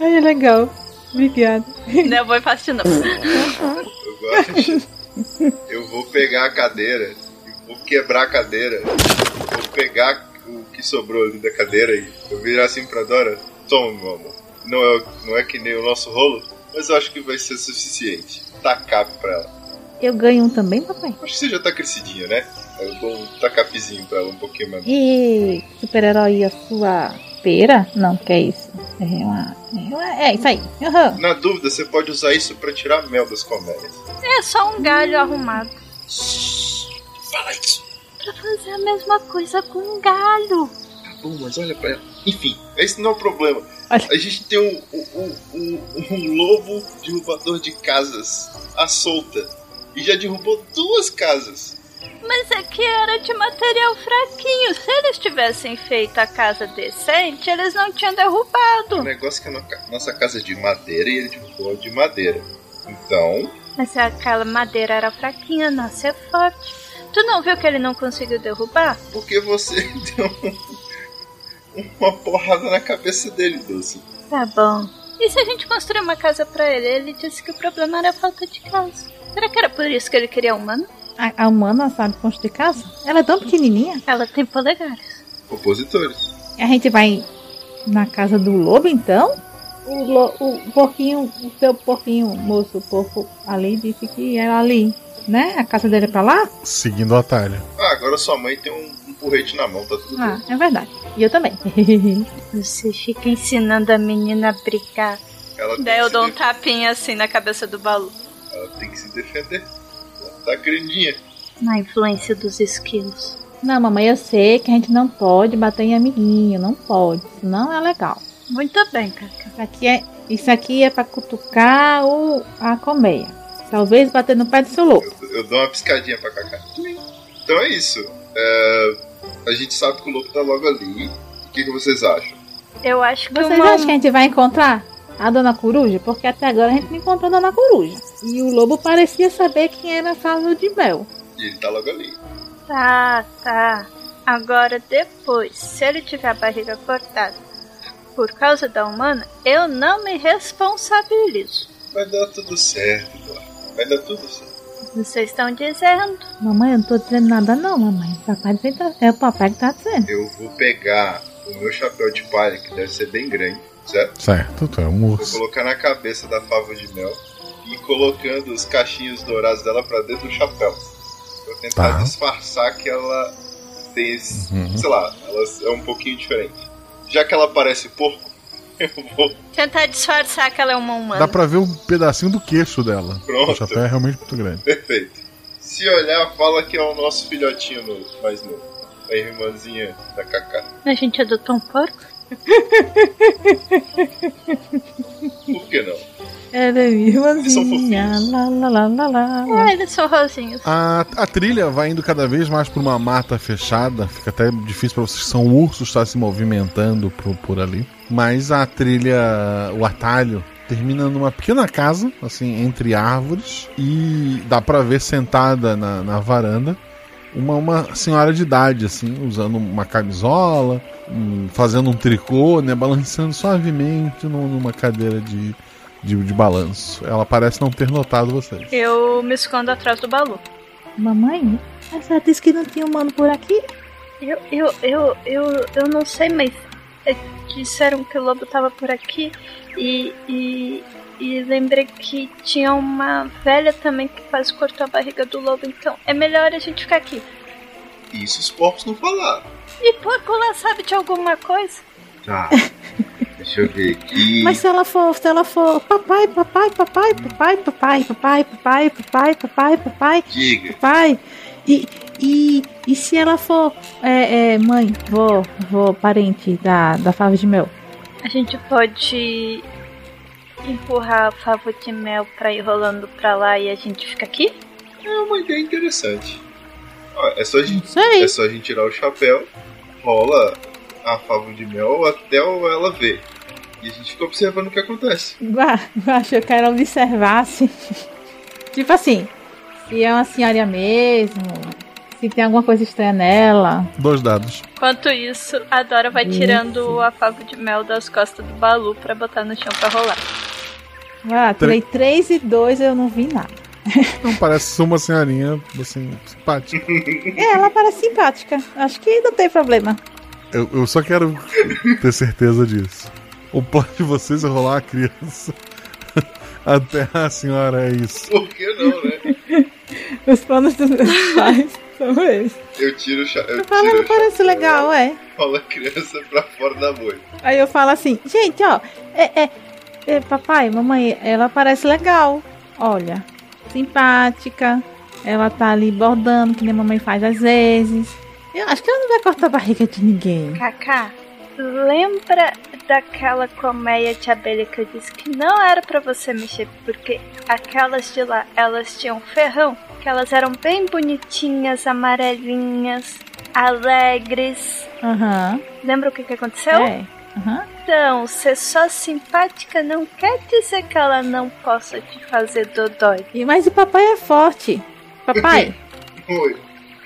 D: Ai, é legal. Obrigada.
C: Não, eu vou e faço de novo.
B: Eu gosto. Eu vou pegar a cadeira, e vou quebrar a cadeira, vou pegar o que sobrou ali da cadeira e eu virar assim pra Dora. Toma, meu amor. Não é, não é que nem o nosso rolo, mas eu acho que vai ser suficiente. Tacap pra ela.
D: Eu ganho um também, papai?
B: Acho que você já tá crescidinha, né? Aí Eu dou um tacapzinho pra ela um pouquinho mais.
D: E super-herói a sua pera? Não, que é isso. É, uma, é, uma- é isso aí. Aham.
B: Na dúvida, você pode usar isso pra tirar mel das colmeias.
C: É só um galho arrumado.
B: Fala isso.
C: Pra fazer a mesma coisa com um galho.
B: Bom, mas olha pra ela. Enfim, esse não é o problema.
D: Olha.
B: A gente tem um, um, um, um- um lobo derrubador de casas à solta. E já derrubou duas casas.
C: Mas é que era de material fraquinho. Se eles tivessem feito a casa decente, eles não tinham
B: O
C: derrubado.
B: negócio é que a noca- nossa casa é de madeira e ele derrubou a de madeira. Então,
C: Mas aquela madeira era fraquinha, nossa é forte. Tu não viu que ele não conseguiu derrubar?
B: por que você deu um- uma porrada na cabeça dele, Doce?
C: Tá bom. E se a gente construir uma casa pra ele? Ele disse que o problema era a falta de casa. Será que era por isso que ele queria um humano?
D: A, a humana sabe construir casa? Ela é tão pequenininha.
C: Ela tem polegares.
B: Opositores.
D: A gente vai na casa do lobo, então? O, lo- o porquinho, o seu porquinho, moço, o porco ali disse que era ali, né? A casa dele é pra lá?
H: Seguindo o atalho.
B: Ah, agora sua mãe tem um, um porrete na mão, tá tudo
D: Ah,
B: bem.
D: é verdade. E eu também.
C: Você fica ensinando a menina a brigar.
B: Ela tem,
C: Daí
B: que
C: eu
B: se
C: dou um
B: def-
C: tapinha assim na cabeça do Balu.
B: ela tem que se defender. Ela tá grandinha.
C: Na influência dos esquilos.
D: Não, mamãe, eu sei que a gente não pode bater em amiguinho, não pode. Isso não é legal.
C: Muito bem, Cacá.
D: Isso aqui é, isso aqui é pra cutucar o, a colmeia. Talvez bater no pé do seu lobo.
B: Eu dou uma piscadinha pra Kaká. Então é isso. É, a gente sabe que o lobo tá logo ali. O que, que vocês acham?
C: Eu acho que
D: Vocês
C: uma...
D: acham que a gente vai encontrar a Dona Coruja? Porque até agora a gente não encontrou a Dona Coruja. E o lobo parecia saber quem era a Fábio de Mel.
B: E ele tá logo ali.
C: Tá, tá. Agora depois, se ele tiver a barriga cortada por causa da humana, eu não me responsabilizo.
B: Vai dar tudo certo, Eduardo. Vai dar tudo certo.
C: Vocês estão dizendo.
D: Mamãe, eu não tô dizendo nada não, mamãe. Papai que tá- é o papai que tá dizendo.
B: Eu vou pegar o meu chapéu de palha, que deve ser bem grande, certo?
H: Certo, tu é um
B: Vou
H: urso.
B: colocar na cabeça da fava de mel e ir colocando os cachinhos dourados dela pra dentro do chapéu. Vou tentar
H: Tá.
B: disfarçar que ela tem esse,
H: Uhum.
B: sei lá, ela é um pouquinho diferente. Já que ela parece porco, eu vou
C: Tentar disfarçar que ela é uma humana.
H: Dá pra ver um pedacinho do queixo dela.
B: Pronto.
H: O chapéu é realmente muito grande.
B: Perfeito. Se olhar, fala que é o nosso filhotinho novo, mais novo. A irmãzinha da Kaká.
C: A gente adotou um porco?
B: Por que não?
D: Ela é minha irmãzinha. Lá, lá, lá, lá, lá, lá.
C: Ah, eles são rosinhos.
H: A, a trilha vai indo cada vez mais para uma mata fechada. Fica até difícil para vocês que são ursos estar se movimentando por, por ali. Mas a trilha, o atalho, termina numa pequena casa, assim, entre árvores. E dá para ver sentada na, na varanda uma, uma senhora de idade, assim, usando uma camisola, um- fazendo um tricô, né? Balançando suavemente num- numa cadeira de, de, de balanço. Ela parece não ter notado vocês.
C: Eu me escondo atrás do Balu.
D: Mamãe, a senhora disse que não tinha humano por aqui?
C: Eu, eu, eu, eu, eu não sei, mas é, disseram que o lobo tava por aqui e, e, e lembrei que tinha uma velha também que quase cortou a barriga do lobo, então é melhor a gente ficar aqui.
B: Isso os porcos não falaram.
C: E porco lá sabe de alguma coisa?
B: Tá. Deixa eu ver aqui.
D: Mas se ela for, se ela for, papai, papai, papai, papai, papai, papai, papai, papai, papai, papai,
B: Diga.
D: papai, e, e, e se ela for, é, é, mãe, vô, vô, parente da, da fava de mel?
C: A gente pode empurrar a favo de mel pra ir rolando pra lá e a gente fica aqui?
B: É uma ideia interessante. Ó, é, só a gente,
D: Sei.
B: é só a gente tirar o chapéu, rola a favo de mel até ela ver. E a gente fica observando o que acontece.
D: Gua- Guaxa, eu quero observar assim. tipo assim, se é uma senhora mesmo, se tem alguma coisa estranha nela.
H: Dois dados.
C: Enquanto isso, a Dora vai
D: Isso.
C: tirando a favo de mel das costas do Balu pra botar no chão pra rolar.
D: Vai lá,
H: Tre-
D: tirei 3 e 2 eu não vi nada.
H: Não parece ser uma senhorinha, assim, simpática.
D: É, ela parece simpática. Acho que não tem problema.
H: Eu, eu só quero ter certeza disso. O plano de vocês é rolar a criança até a senhora, é isso.
B: Por que não, né?
D: Os planos dos meus pais são esses.
B: Eu tiro o cha- eu
D: Fala, não
B: tiro o chapéu.
D: parece legal, é.
B: Rola a criança pra fora da bolha.
D: Aí eu falo assim, gente, ó, é, é, é, papai, mamãe, ela parece legal. Olha, simpática. Ela tá ali bordando, que nem a mamãe faz às vezes. Eu acho que ela não vai cortar a barriga de ninguém.
C: Kaká, lembra daquela colmeia de abelha que eu disse que não era pra você mexer, porque aquelas de lá, elas tinham ferrão, que elas eram bem bonitinhas, amarelinhas, alegres.
D: Aham.
C: Lembra o que, que aconteceu?
D: É. Aham.
C: Então, ser só simpática não quer dizer que ela não possa te fazer dodói.
D: E Mas o papai é forte. Papai,
B: Oi.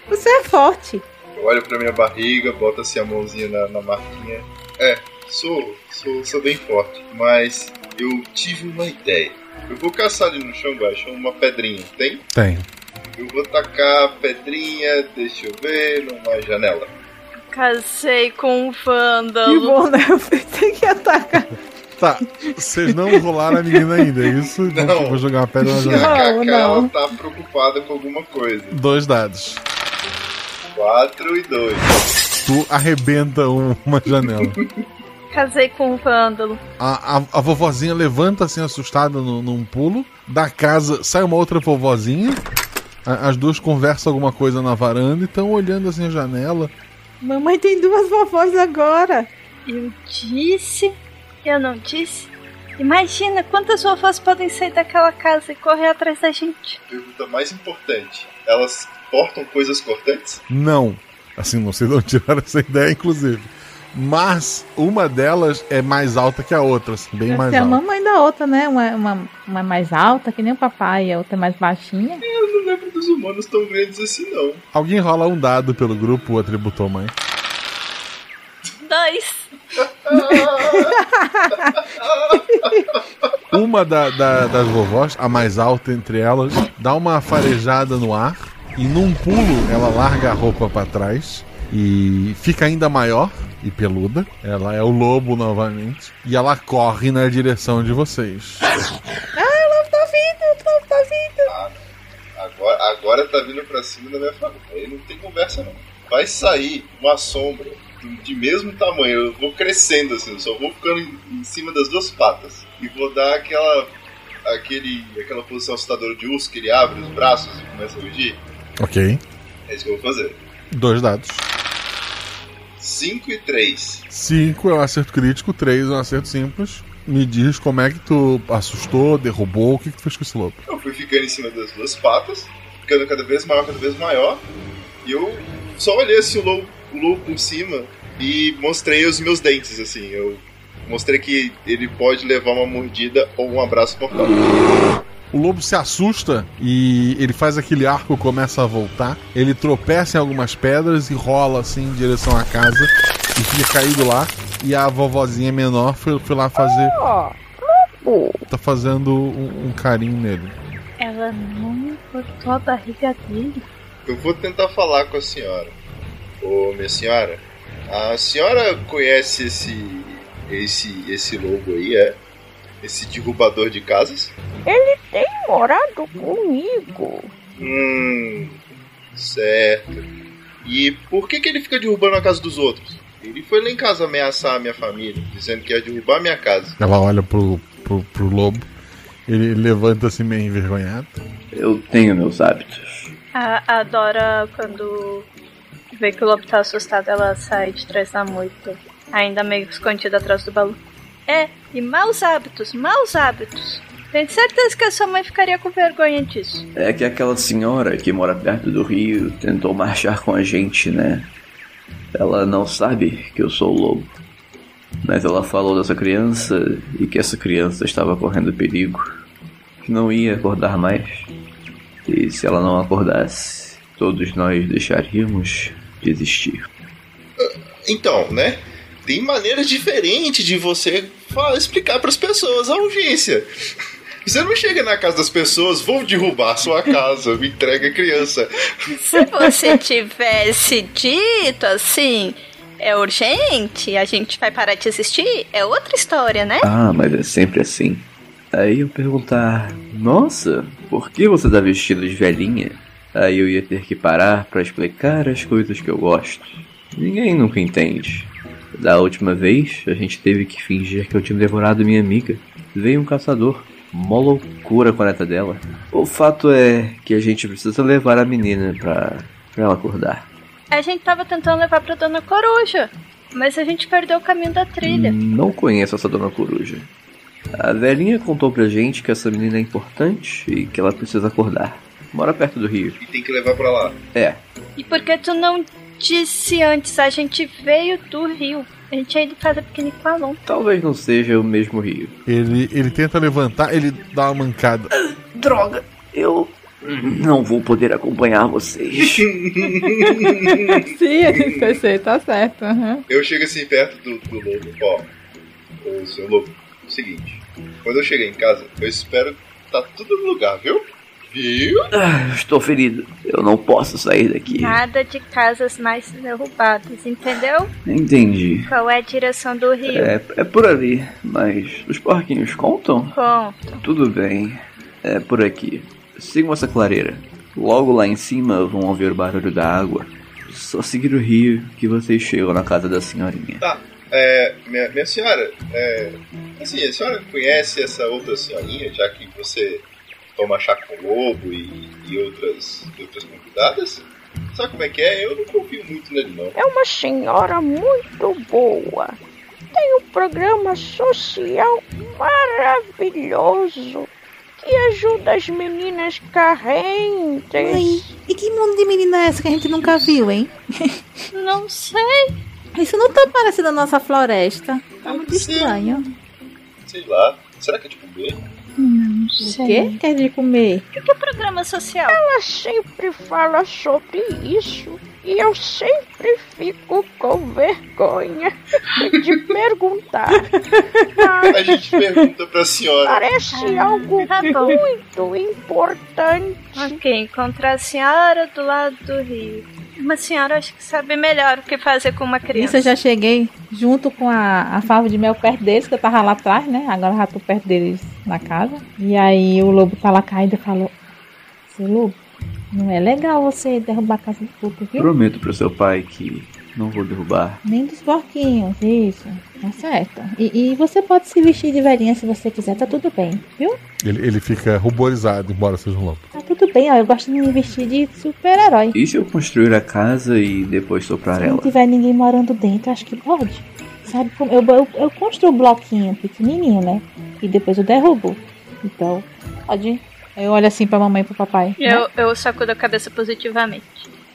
D: você é forte.
B: Olha pra minha barriga, bota assim a mãozinha na, na marquinha. É, sou, sou, sou bem forte, mas eu tive uma ideia. Eu vou caçar ali no chão, baixo, uma pedrinha, tem?
H: Tem.
B: Eu vou tacar a pedrinha, deixa eu ver, numa janela.
C: Casei com um
D: Que
C: vândalo.
D: bom, né? Eu pensei que ia atacar.
H: Tá, vocês não rolaram a menina ainda, é isso? Não.
B: Não.
H: vou jogar uma pedra na
B: A
H: janela.
D: Não,
B: Cacá, ela
D: não.
B: tá preocupada com alguma coisa.
H: Dois dados.
B: Quatro e dois.
H: Tu arrebenta um- uma janela.
C: Casei com um vândalo.
H: A, a, a vovozinha levanta assim, assustada no- num pulo. Da casa sai uma outra vovozinha. A- as duas conversam alguma coisa na varanda e estão olhando assim a janela.
D: Mamãe tem duas vovós agora.
C: Eu disse, eu não disse. Imagina quantas vovós podem sair daquela casa e correr atrás da gente.
B: Pergunta mais importante: elas portam coisas cortantes?
H: Não. Assim, não sei de onde tiraram essa ideia, inclusive. Mas uma delas é mais alta que a outra, assim, bem
D: Deve
H: mais
D: ser é a
H: alta.
D: mamãe da outra, né? Uma, uma, uma é mais alta, que nem o papai, e a outra é mais baixinha.
B: Eu não lembro dos humanos tão grandes assim, não.
H: Alguém rola um dado pelo grupo, o atributou mãe.
C: Dois.
H: Uma da- da- das vovós, a mais alta entre elas, dá uma farejada no ar e num pulo ela larga a roupa pra trás e fica ainda maior e peluda. Ela é o lobo novamente e ela corre na direção de vocês.
D: Ah, o lobo tá vindo, o lobo tá vindo.
B: Agora, agora tá vindo pra cima da minha família. Aí não tem conversa não. Vai sair uma sombra do- de mesmo tamanho. Eu vou crescendo assim, eu só vou ficando em, em cima das duas patas. E vou dar aquela. Aquele, aquela posição assustadora de urso que ele abre os braços e começa a rugir.
H: Ok.
B: É isso que eu vou fazer.
H: Dois dados.
B: 5 e 3.
H: 5 é um acerto crítico, 3 é um acerto simples. Me diz como é que tu assustou, derrubou, o que, que tu fez com esse lobo?
B: Eu fui ficando em cima das duas patas, ficando cada vez maior, cada vez maior. E eu só olhei assim o lobo, o lobo por cima e mostrei os meus dentes, assim. Eu mostrei que ele pode levar uma mordida ou um abraço mortal.
H: O lobo se assusta e ele faz aquele arco começa a voltar. Ele tropeça em algumas pedras e rola assim em direção à casa e fica caído lá. E a vovozinha menor foi, foi lá fazer. Tá fazendo um, um carinho nele.
C: Ela não cortou a barriga dele.
B: Eu vou tentar falar com a senhora. Ô, minha senhora, a senhora conhece esse. esse. esse lobo aí, é? Esse derrubador de casas?
K: Ele tem morado comigo.
B: Hum. Certo. E por que, que ele fica derrubando a casa dos outros? Ele foi lá em casa ameaçar a minha família, dizendo que ia derrubar a minha casa.
H: Ela olha pro, pro, pro lobo. Ele levanta-se meio envergonhado.
I: Eu tenho meus hábitos.
C: A, a Dora, quando vê que o lobo tá assustado, ela sai de trás da moita, ainda meio escondida atrás do balu. É, e maus hábitos, maus hábitos. Tenho certeza que a sua mãe ficaria com vergonha disso.
I: É que aquela senhora que mora perto do rio tentou marchar com a gente, né? Ela não sabe que eu sou o lobo. Mas ela falou dessa criança e que essa criança estava correndo perigo. Que não ia acordar mais. E se ela não acordasse, todos nós deixaríamos de existir.
B: Então, né? Tem maneiras diferentes de você fa- explicar para as pessoas a urgência. Você não chega na casa das pessoas, vou derrubar a sua casa, me entrega a criança.
C: Se você tivesse dito assim, é urgente, a gente vai parar de existir, é outra história, né?
I: Ah, mas é sempre assim. Aí eu perguntar: Nossa, por que você tá vestido de velhinha? Aí eu ia ter que parar pra explicar as coisas que eu gosto. Ninguém nunca entende. Da última vez, a gente teve que fingir que eu tinha devorado minha amiga. Veio um caçador. Mó loucura com a neta dela. O fato é que a gente precisa levar a menina pra, pra ela acordar.
C: A gente tava tentando levar pra Dona Coruja, mas a gente perdeu o caminho da trilha.
I: Não conheço essa dona coruja. A velhinha contou pra gente que essa menina é importante e que ela precisa acordar. Mora perto do rio.
B: Tem que levar para lá.
I: É,
C: E por que tu não disse antes? A gente veio do rio. A gente ainda tá pequeno com a Lon.
I: talvez não seja o mesmo rio.
H: Ele, ele tenta levantar, ele dá uma mancada.
I: Droga, eu não vou poder acompanhar vocês.
D: Sim, eu pensei, tá certo. aham.
B: Eu chego assim perto do, do lobo, ó. Ô, seu lobo, é o seguinte. Quando eu chegar em casa, eu espero que tá tudo no lugar, viu? Viu?
I: Ah, Estou ferido. Eu não posso sair daqui.
C: Nada de casas mais derrubadas, entendeu?
I: Entendi.
C: Qual é a direção do rio?
I: É, é por ali, mas os porquinhos contam?
C: Bom,
I: Tudo bem. É por aqui. Sigam essa clareira. Logo lá em cima vão ouvir o barulho da água. Só seguir o rio que vocês chegam na casa da senhorinha.
B: Tá. É, minha, minha senhora, é, assim, a senhora conhece essa outra senhorinha, já que você toma chá com lobo e, e outras, e outras convidadas? Sabe como é que é? Eu não confio muito nele, não.
K: É uma senhora muito boa. Tem um programa social maravilhoso que ajuda as meninas
L: Ai,
K: carentes.
L: e que mundo de menina é essa que a gente nunca viu, hein?
C: Não sei.
L: Isso não tá parecendo a nossa floresta. Tá muito estranho.
B: Sei lá. Será que é de comer?
D: Não
C: sei.
D: O quê? Quer de comer?
C: que programa social?
K: Ela sempre fala sobre isso e eu sempre fico com vergonha de perguntar.
B: A gente pergunta pra senhora.
K: Parece algo
C: Tá bom.
K: muito importante.
C: Ok, encontrar a senhora do lado do rio. Uma senhora acho que sabe melhor o que fazer com uma
D: Isso
C: criança.
D: eu já cheguei junto com a, a fava de mel perto deles, que eu tava lá atrás, né? Agora eu já tô perto deles na casa. E aí o lobo tá lá caindo e falou: Seu lobo, não é legal você derrubar a casa do outro, viu?
I: Prometo pro seu pai que não vou derrubar.
D: Nem dos porquinhos, isso. Tá certo. E, e você pode se vestir de velhinha se você quiser, tá tudo bem, viu?
H: Ele, ele fica ruborizado, embora seja um lâmpada.
D: Tá tudo bem, ó. Eu gosto de me vestir de super-herói.
I: E se eu construir a casa e depois soprar
D: Se não
I: ela?
D: tiver ninguém morando dentro, acho que pode. Sabe como? Eu, eu, eu construo um bloquinho pequenininho, né? E depois eu derrubo. Então, pode. Eu olho assim pra mamãe e pro papai. né?
C: Eu, eu sacudo a cabeça positivamente.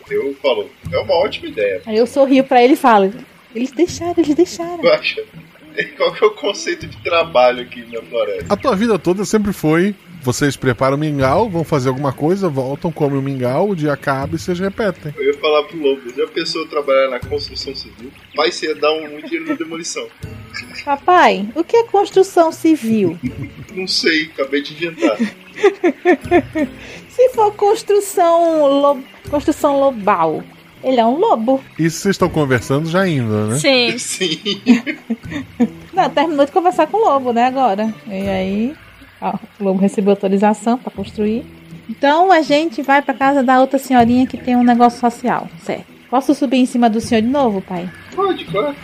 B: Eu falo, é uma ótima ideia.
D: Aí eu sorrio pra ele e falo: Eles deixaram, eles deixaram.
B: Eu acho- Qual que é o conceito de trabalho aqui na floresta?
H: A tua vida toda sempre foi. Vocês preparam o mingau, vão fazer alguma coisa, voltam, comem o mingau, o dia acaba e vocês repetem.
B: Eu ia falar pro Lobo, já pensou em trabalhar na construção civil? Vai ser dar um muito dinheiro na demolição.
D: Papai, o que é construção civil?
B: Não sei, acabei de inventar.
D: Se for construção, lo... construção lobal, ele é um lobo.
H: Isso vocês estão conversando já ainda, né?
C: Sim.
B: Sim.
D: Não, terminou de conversar com o lobo, né, agora. E aí, ó, o lobo recebeu autorização pra construir. Então a gente vai pra casa da outra senhorinha que tem um negócio social, certo? Posso subir em cima do senhor de novo, pai?
B: Pode, claro.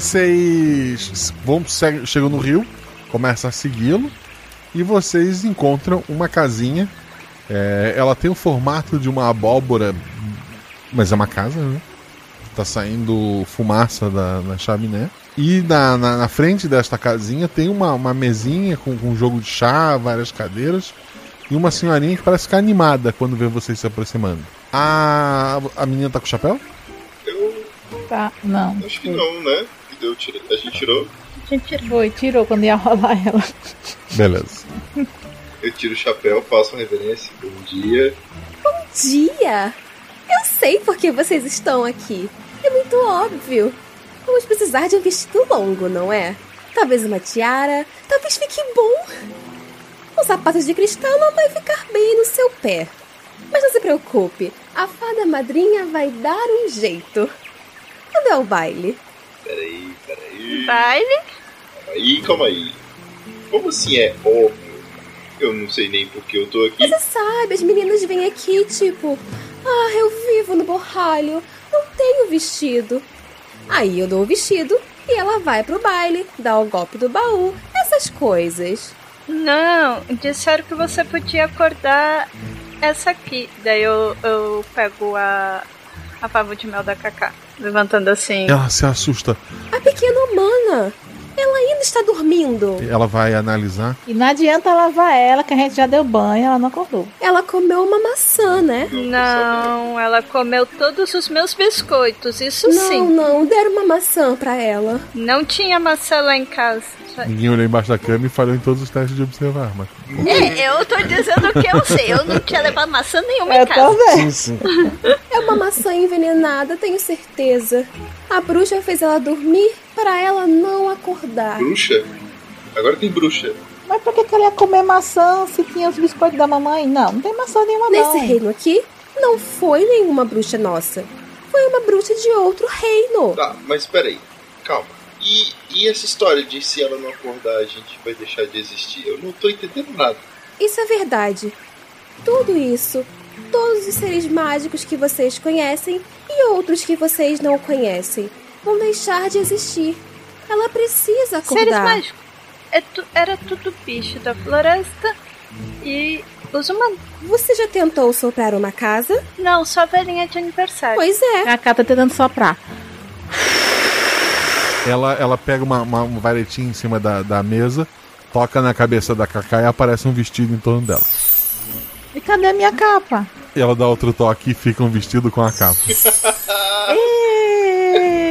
H: Vocês vão se- chegam no rio, começam a segui-lo e vocês encontram uma casinha. É, ela tem o formato de uma abóbora, mas é uma casa, né? Tá saindo fumaça da, da chaminé. E na, na, na frente desta casinha tem uma, uma mesinha com, com um jogo de chá, várias cadeiras e uma senhorinha que parece ficar animada quando vê vocês se aproximando. A, a menina tá com chapéu?
D: Tá, não.
B: Acho que não, né? Eu tirei, a gente tirou.
D: A gente tirou e tirou quando ia rolar ela.
H: Beleza.
B: Eu tiro o chapéu, faço uma reverência. Bom dia.
M: Bom dia! Eu sei por que vocês estão aqui. É muito óbvio. Vamos precisar de um vestido longo, não é? Talvez uma tiara, talvez fique bom. Os sapatos de cristal não vai ficar bem no seu pé. Mas não se preocupe, a fada madrinha vai dar um jeito. Quando é o baile?
B: Peraí, peraí.
C: Baile?
B: Calma aí, calma aí. Como assim é óbvio? Eu não sei nem por que eu tô aqui.
M: Você sabe, as meninas vêm aqui, tipo, ah, eu vivo no borralho, não tenho vestido. Aí eu dou o vestido e ela vai pro baile, dá o golpe do baú, essas coisas.
C: Não, disseram que você podia acordar essa aqui. Daí eu, eu pego a, a pavo de mel da Cacá. Levantando assim.
H: Ela se assusta.
M: A pequena humana, ela ainda está dormindo.
H: Ela vai analisar.
D: E não adianta lavar ela, que a gente já deu banho, ela não acordou.
M: Ela comeu uma maçã, né?
C: Não, Então, ela comeu todos os meus biscoitos, isso
M: não,
C: sim.
M: não, deram uma maçã pra ela.
C: Não tinha maçã lá em casa.
H: Ninguém olhou embaixo da cama e falhou em todos os testes de observar, mas.
C: É, eu tô dizendo que eu sei. Eu não tinha levado maçã nenhuma em casa.
H: Sim, sim.
M: É uma maçã envenenada, tenho certeza. A bruxa fez ela dormir para ela não acordar.
B: Bruxa? Agora tem bruxa.
D: Mas por que, que ela ia comer maçã se tinha os biscoitos da mamãe? Não, não tem maçã nenhuma não.
M: Nesse reino aqui, não foi nenhuma bruxa nossa. Foi uma bruxa de outro reino.
B: Tá, mas peraí. Calma. E, e essa história de se ela não acordar a gente vai deixar de existir? Eu não tô entendendo nada.
M: Isso é verdade. Tudo isso, todos os seres mágicos que vocês conhecem e outros que vocês não conhecem, vão deixar de existir. Ela precisa acordar.
C: Seres mágicos. É tu- era tudo bicho da floresta e os humanos.
M: Você já tentou soprar uma casa?
C: Não, só a velhinha de aniversário.
M: Pois é.
D: Cacá tá tentando soprar.
H: Ela, ela pega uma, uma, uma varetinha em cima da, da mesa, toca na cabeça da Cacá e aparece um vestido em torno dela.
D: E cadê a minha capa?
H: E ela dá outro toque e fica um vestido com a capa.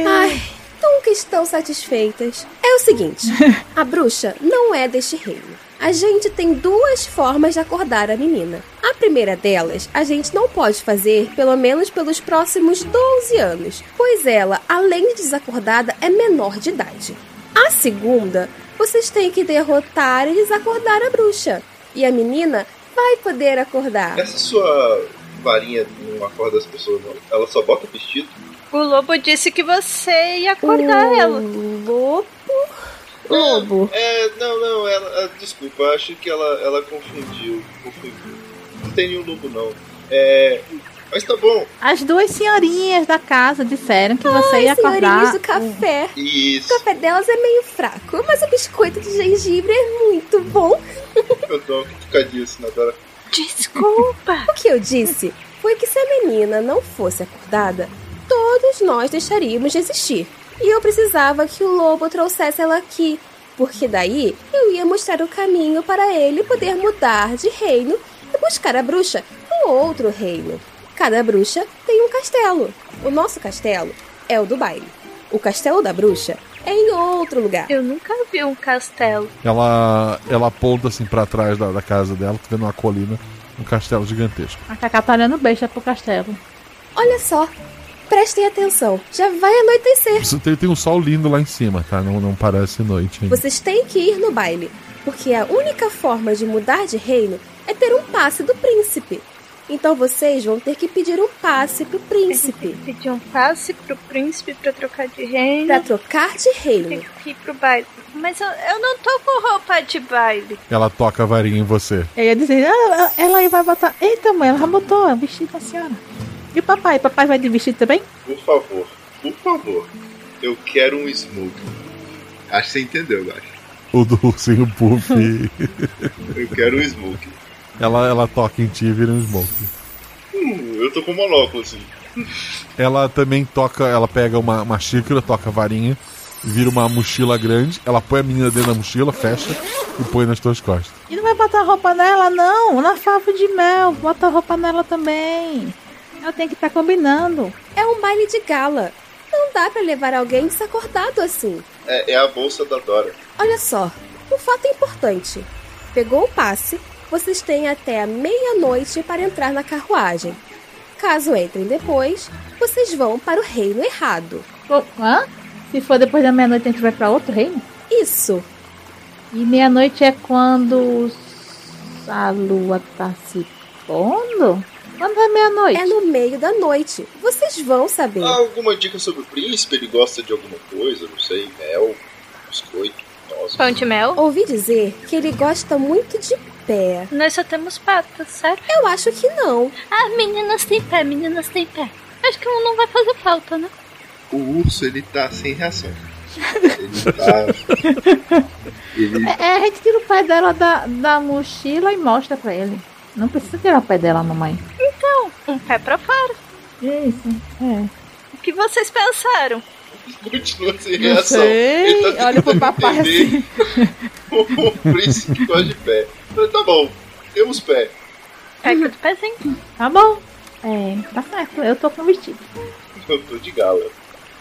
M: Ai, nunca estão satisfeitas. É o seguinte: a bruxa não é deste reino. A gente tem duas formas de acordar a menina. A primeira delas, a gente não pode fazer, pelo menos pelos próximos 12 anos, pois ela, além de desacordada, é menor de idade. A segunda, vocês têm que derrotar e desacordar a bruxa. E a menina vai poder acordar.
B: Essa sua varinha não acorda as pessoas, não. Ela só bota vestido.
C: O lobo disse que você ia acordar ela. Hum.
M: Lobo? Lobo.
B: É, não, não, ela, ah, desculpa, eu acho que ela, ela confundiu, confundiu. Não tem nenhum lobo, não. É, mas tá bom.
D: As duas senhorinhas da casa disseram que você
M: Ai,
D: ia acordar.
M: senhorinhas do café.
B: Isso.
M: O café delas é meio fraco, mas o biscoito de gengibre é muito bom.
B: Eu dou uma cutucadinha assim na Dora.
M: Desculpa. o que eu disse foi que se a menina não fosse acordada, todos nós deixaríamos de existir. E eu precisava que o lobo trouxesse ela aqui, porque daí eu ia mostrar o caminho para ele poder mudar de reino e buscar a bruxa no outro reino. Cada bruxa tem um castelo. O nosso castelo é o do baile. O castelo da bruxa é em outro lugar.
C: Eu nunca vi um castelo.
H: Ela, ela aponta assim pra trás da, da casa dela, tá vendo uma colina, um castelo gigantesco.
D: A Cacá tá olhando besta pro castelo.
M: Olha só, prestem atenção, já vai anoitecer.
H: Isso Tem, tem um sol lindo lá em cima, tá? Não, não parece noite ainda.
M: Vocês têm que ir no baile, porque a única forma de mudar de reino é ter um passe do príncipe. Então vocês vão ter que pedir um passe pro príncipe.
C: Pedir um passe pro príncipe pra trocar de reino.
M: Pra trocar de reino.
C: Ir pro baile. Mas eu, eu não tô com roupa de baile.
H: Ela toca a varinha em você.
D: Eu ia dizer, "Ah, ela aí vai botar. Eita, mãe, ela já botou o vestido da senhora. E o papai? Papai vai de vestido também?
B: Por favor, por favor, eu quero um smoke. Acho que você entendeu, eu acho.
H: O do ursinho puff.
B: Eu quero um smoke.
H: ela, ela toca em ti e vira um smoke.
B: Hum, eu tô com monóculo, assim.
H: Ela também toca, ela pega uma, uma xícara, toca a varinha, vira uma mochila grande, ela põe a menina dentro da mochila, fecha e põe nas tuas costas.
D: E não vai botar roupa nela, não. Na fava de mel, bota roupa nela também. Ela tem que estar combinando.
M: É um baile de gala. Não dá pra levar alguém desacordado assim.
B: É, é a bolsa da Dora.
M: Olha só, um fato importante. Pegou o passe, vocês têm até a meia-noite para entrar na carruagem. Caso entrem depois, vocês vão para o reino errado.
D: Pô, hã? Se for depois da meia-noite, a gente vai pra outro reino?
M: Isso.
D: E meia-noite é quando a lua tá se pondo? Quando é meia-noite?
M: É no meio da noite. Vocês vão saber.
B: Há alguma dica sobre o príncipe? Ele gosta de alguma coisa, não sei, mel, biscoito, nossa.
C: mel?
M: Ouvi dizer que ele gosta muito de pé.
C: Nós só temos patas, certo?
M: Eu acho que não.
C: Ah, meninas têm pé, meninas têm pé. Acho que um não vai fazer falta, né?
B: O urso, ele tá sem reação. Ele tá. ele
D: É, é, a gente tira o pé dela da, da mochila e mostra pra ele. Não precisa tirar o pé dela, mamãe.
C: Então, um pé pra fora.
D: Isso, é.
C: O que vocês pensaram?
B: continua sem
D: Não
B: reação.
D: sei,
B: Ele tá
D: olha pro
B: tentando
D: papai assim.
B: entender O príncipe que gosta de pé. Mas tá bom, temos pé.
C: Pega do pezinho.
D: Tá bom. É, tá certo. Eu tô com vestido.
B: Eu tô de gala.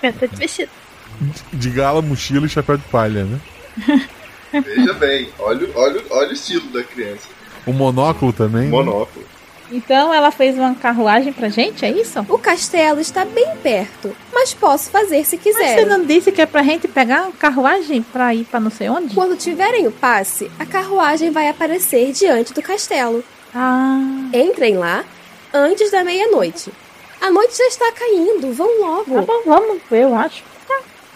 C: Eu tô de vestido.
H: De gala, mochila e chapéu de palha, né?
B: Veja bem, olha, o- olha, o- olha o estilo da criança.
H: O monóculo também. né?
B: Monóculo.
D: Então ela fez uma carruagem pra gente, é isso?
M: O castelo está bem perto, mas posso fazer se
D: Mas
M: quiser.
D: você não disse que é pra gente pegar uma carruagem pra ir pra não sei onde?
M: Quando tiverem o passe, a carruagem vai aparecer diante do castelo.
D: Ah.
M: Entrem lá antes da meia-noite. A noite já está caindo, vão logo.
D: Tá bom, vamos, eu acho.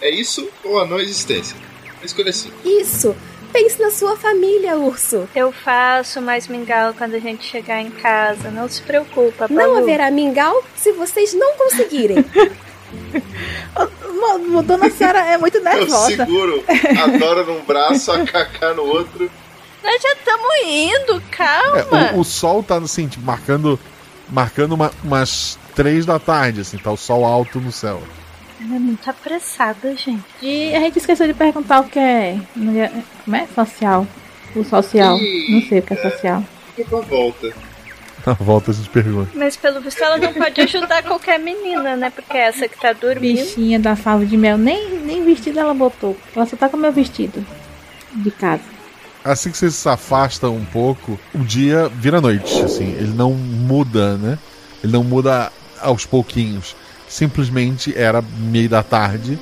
B: É isso ou a não existência? A escolha é simples.
M: Isso! Pense na sua família, urso.
C: Eu faço mais mingau quando a gente chegar em casa. Não se preocupa,
M: Não
C: Balu.
M: haverá mingau se vocês não conseguirem.
D: Mo- Dona Senhora é muito
B: Eu
D: nervosa.
B: seguro a Dora num braço, a Kaká no outro.
C: Nós já estamos indo, calma.
H: É, o, o sol tá assim, tipo, marcando, marcando uma- umas três da tarde, assim, tá o sol alto no céu.
C: Ela é muito apressada, gente.
D: E a gente esqueceu de perguntar o que é. mulher- Como é? Social. O social. Não sei o que é social.
B: Eu dou a volta.
H: Na volta a gente pergunta.
C: Mas pelo visto ela não pode ajudar qualquer menina, né? Porque essa que tá dormindo.
D: Bichinha da fava de mel, nem, nem vestido ela botou. Ela só tá com o meu vestido. De casa.
H: Assim que vocês se afastam um pouco, o dia vira noite, assim. Ele não muda, né? Ele não muda aos pouquinhos. Simplesmente era meio da tarde,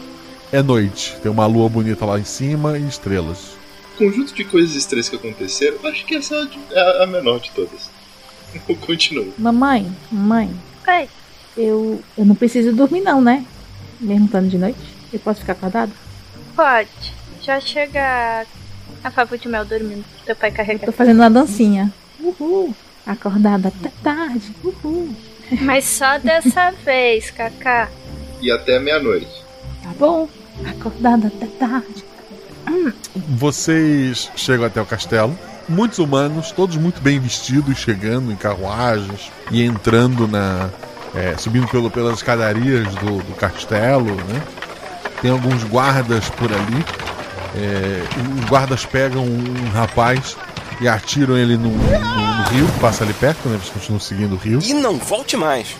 H: é noite. Tem uma lua bonita lá em cima e estrelas.
B: Conjunto de coisas estranhas que aconteceram, eu acho que essa é a de- é a- a menor de todas. Eu continuo.
D: Mamãe, mamãe.
C: Oi.
D: Eu, eu não preciso dormir, não, né? Mesmo estando de noite. Eu posso ficar acordado?
C: Pode. Já chega a favor de mel dormindo. Teu pai carrega.
D: Tô fazendo uma dancinha. Uhul. Acordada até tarde. Uhul.
C: Mas só dessa vez, Kaká.
B: E até meia-noite.
D: Tá bom. Acordada até tarde. Hum.
H: Vocês chegam até o castelo. Muitos humanos, todos muito bem vestidos, chegando em carruagens e entrando na. é, subindo pelo, pelas escadarias do, do castelo, né? Tem alguns guardas por ali. É, os guardas pegam um rapaz e atiram ele no, rio, que passa ali perto, né? Eles continuam seguindo o rio.
N: E não volte mais.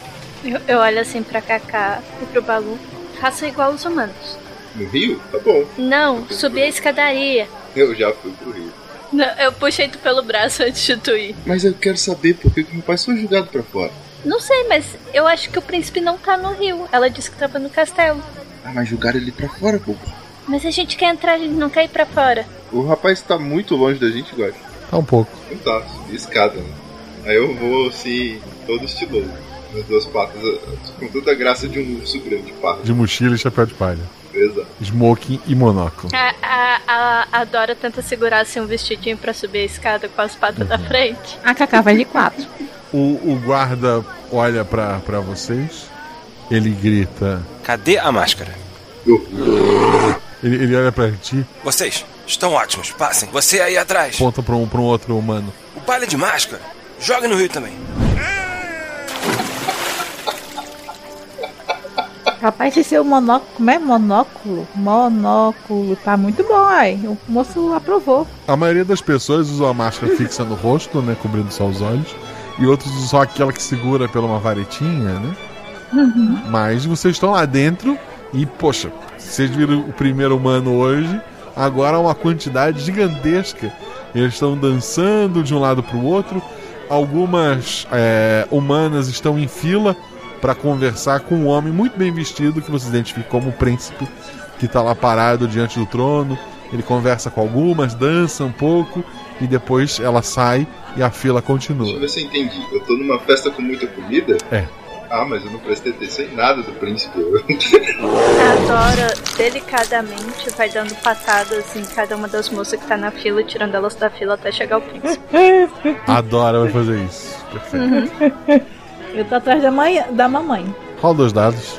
C: Eu, eu olho assim pra Kaká e pro Balu. Façam igual os humanos.
B: No Rio? Tá bom.
C: Não, subi a escadaria.
B: Eu já fui pro Rio.
C: Não, eu puxei tu pelo braço antes de tu ir.
B: Mas eu quero saber por que que meu pai foi jogado pra fora.
C: Não sei, mas eu acho que o príncipe não tá no rio. Ela disse que tava no castelo.
B: Ah, mas jogaram ele pra fora, pô.
C: Mas a gente quer entrar, a gente não quer ir pra fora.
B: O rapaz tá muito longe da gente, Guax.
H: Tá um pouco.
B: Não tá, escada, né? Aí eu vou assim, todo estiloso. Nas duas patas, eh, com toda a graça de um urso grande, pá.
H: De mochila e chapéu de palha.
B: Exato.
H: Smoking e monóculo.
C: A, a, a, a Dora tenta segurar assim um vestidinho pra subir a escada com as patas da frente.
D: A Kaká vai de quatro.
H: O, o guarda olha pra, pra vocês, ele grita.
N: Cadê a máscara?
H: Ele, ele olha pra ti,
N: Vocês estão ótimos. Passem. Você aí atrás.
H: aponta pra um, pra um outro humano.
N: O baile de máscara. Joga no rio também.
D: Rapaz, esse seu monóculo. Como é monóculo? Monóculo. Tá muito bom, aí. O moço aprovou.
H: A maioria das pessoas usa a máscara fixa no rosto, né? Cobrindo só os olhos. E outros usam só aquela que segura pela uma varetinha, né? Mas vocês estão lá dentro e, poxa, vocês viram o primeiro humano hoje, agora há uma quantidade gigantesca. Eles estão dançando de um lado para o outro. Algumas é, humanas estão em fila para conversar com um homem muito bem vestido que você identifica como o príncipe, que está lá parado diante do trono. Ele conversa com algumas, dança um pouco e depois ela sai e a fila
B: Deixa eu
H: continua.
B: ver se eu entendi. Eu tô numa festa com muita comida?
H: É.
B: Ah, mas eu não prestei atenção em nada do príncipe. Eu-
C: A Dora delicadamente vai dando patadas em cada uma das moças que tá na fila, tirando elas da fila até chegar o príncipe.
D: Uhum.
C: Uhum.
H: Adora vai fazer isso. Perfeito.
D: Eu tô atrás da, mãe, da mamãe.
H: Rola dois dados.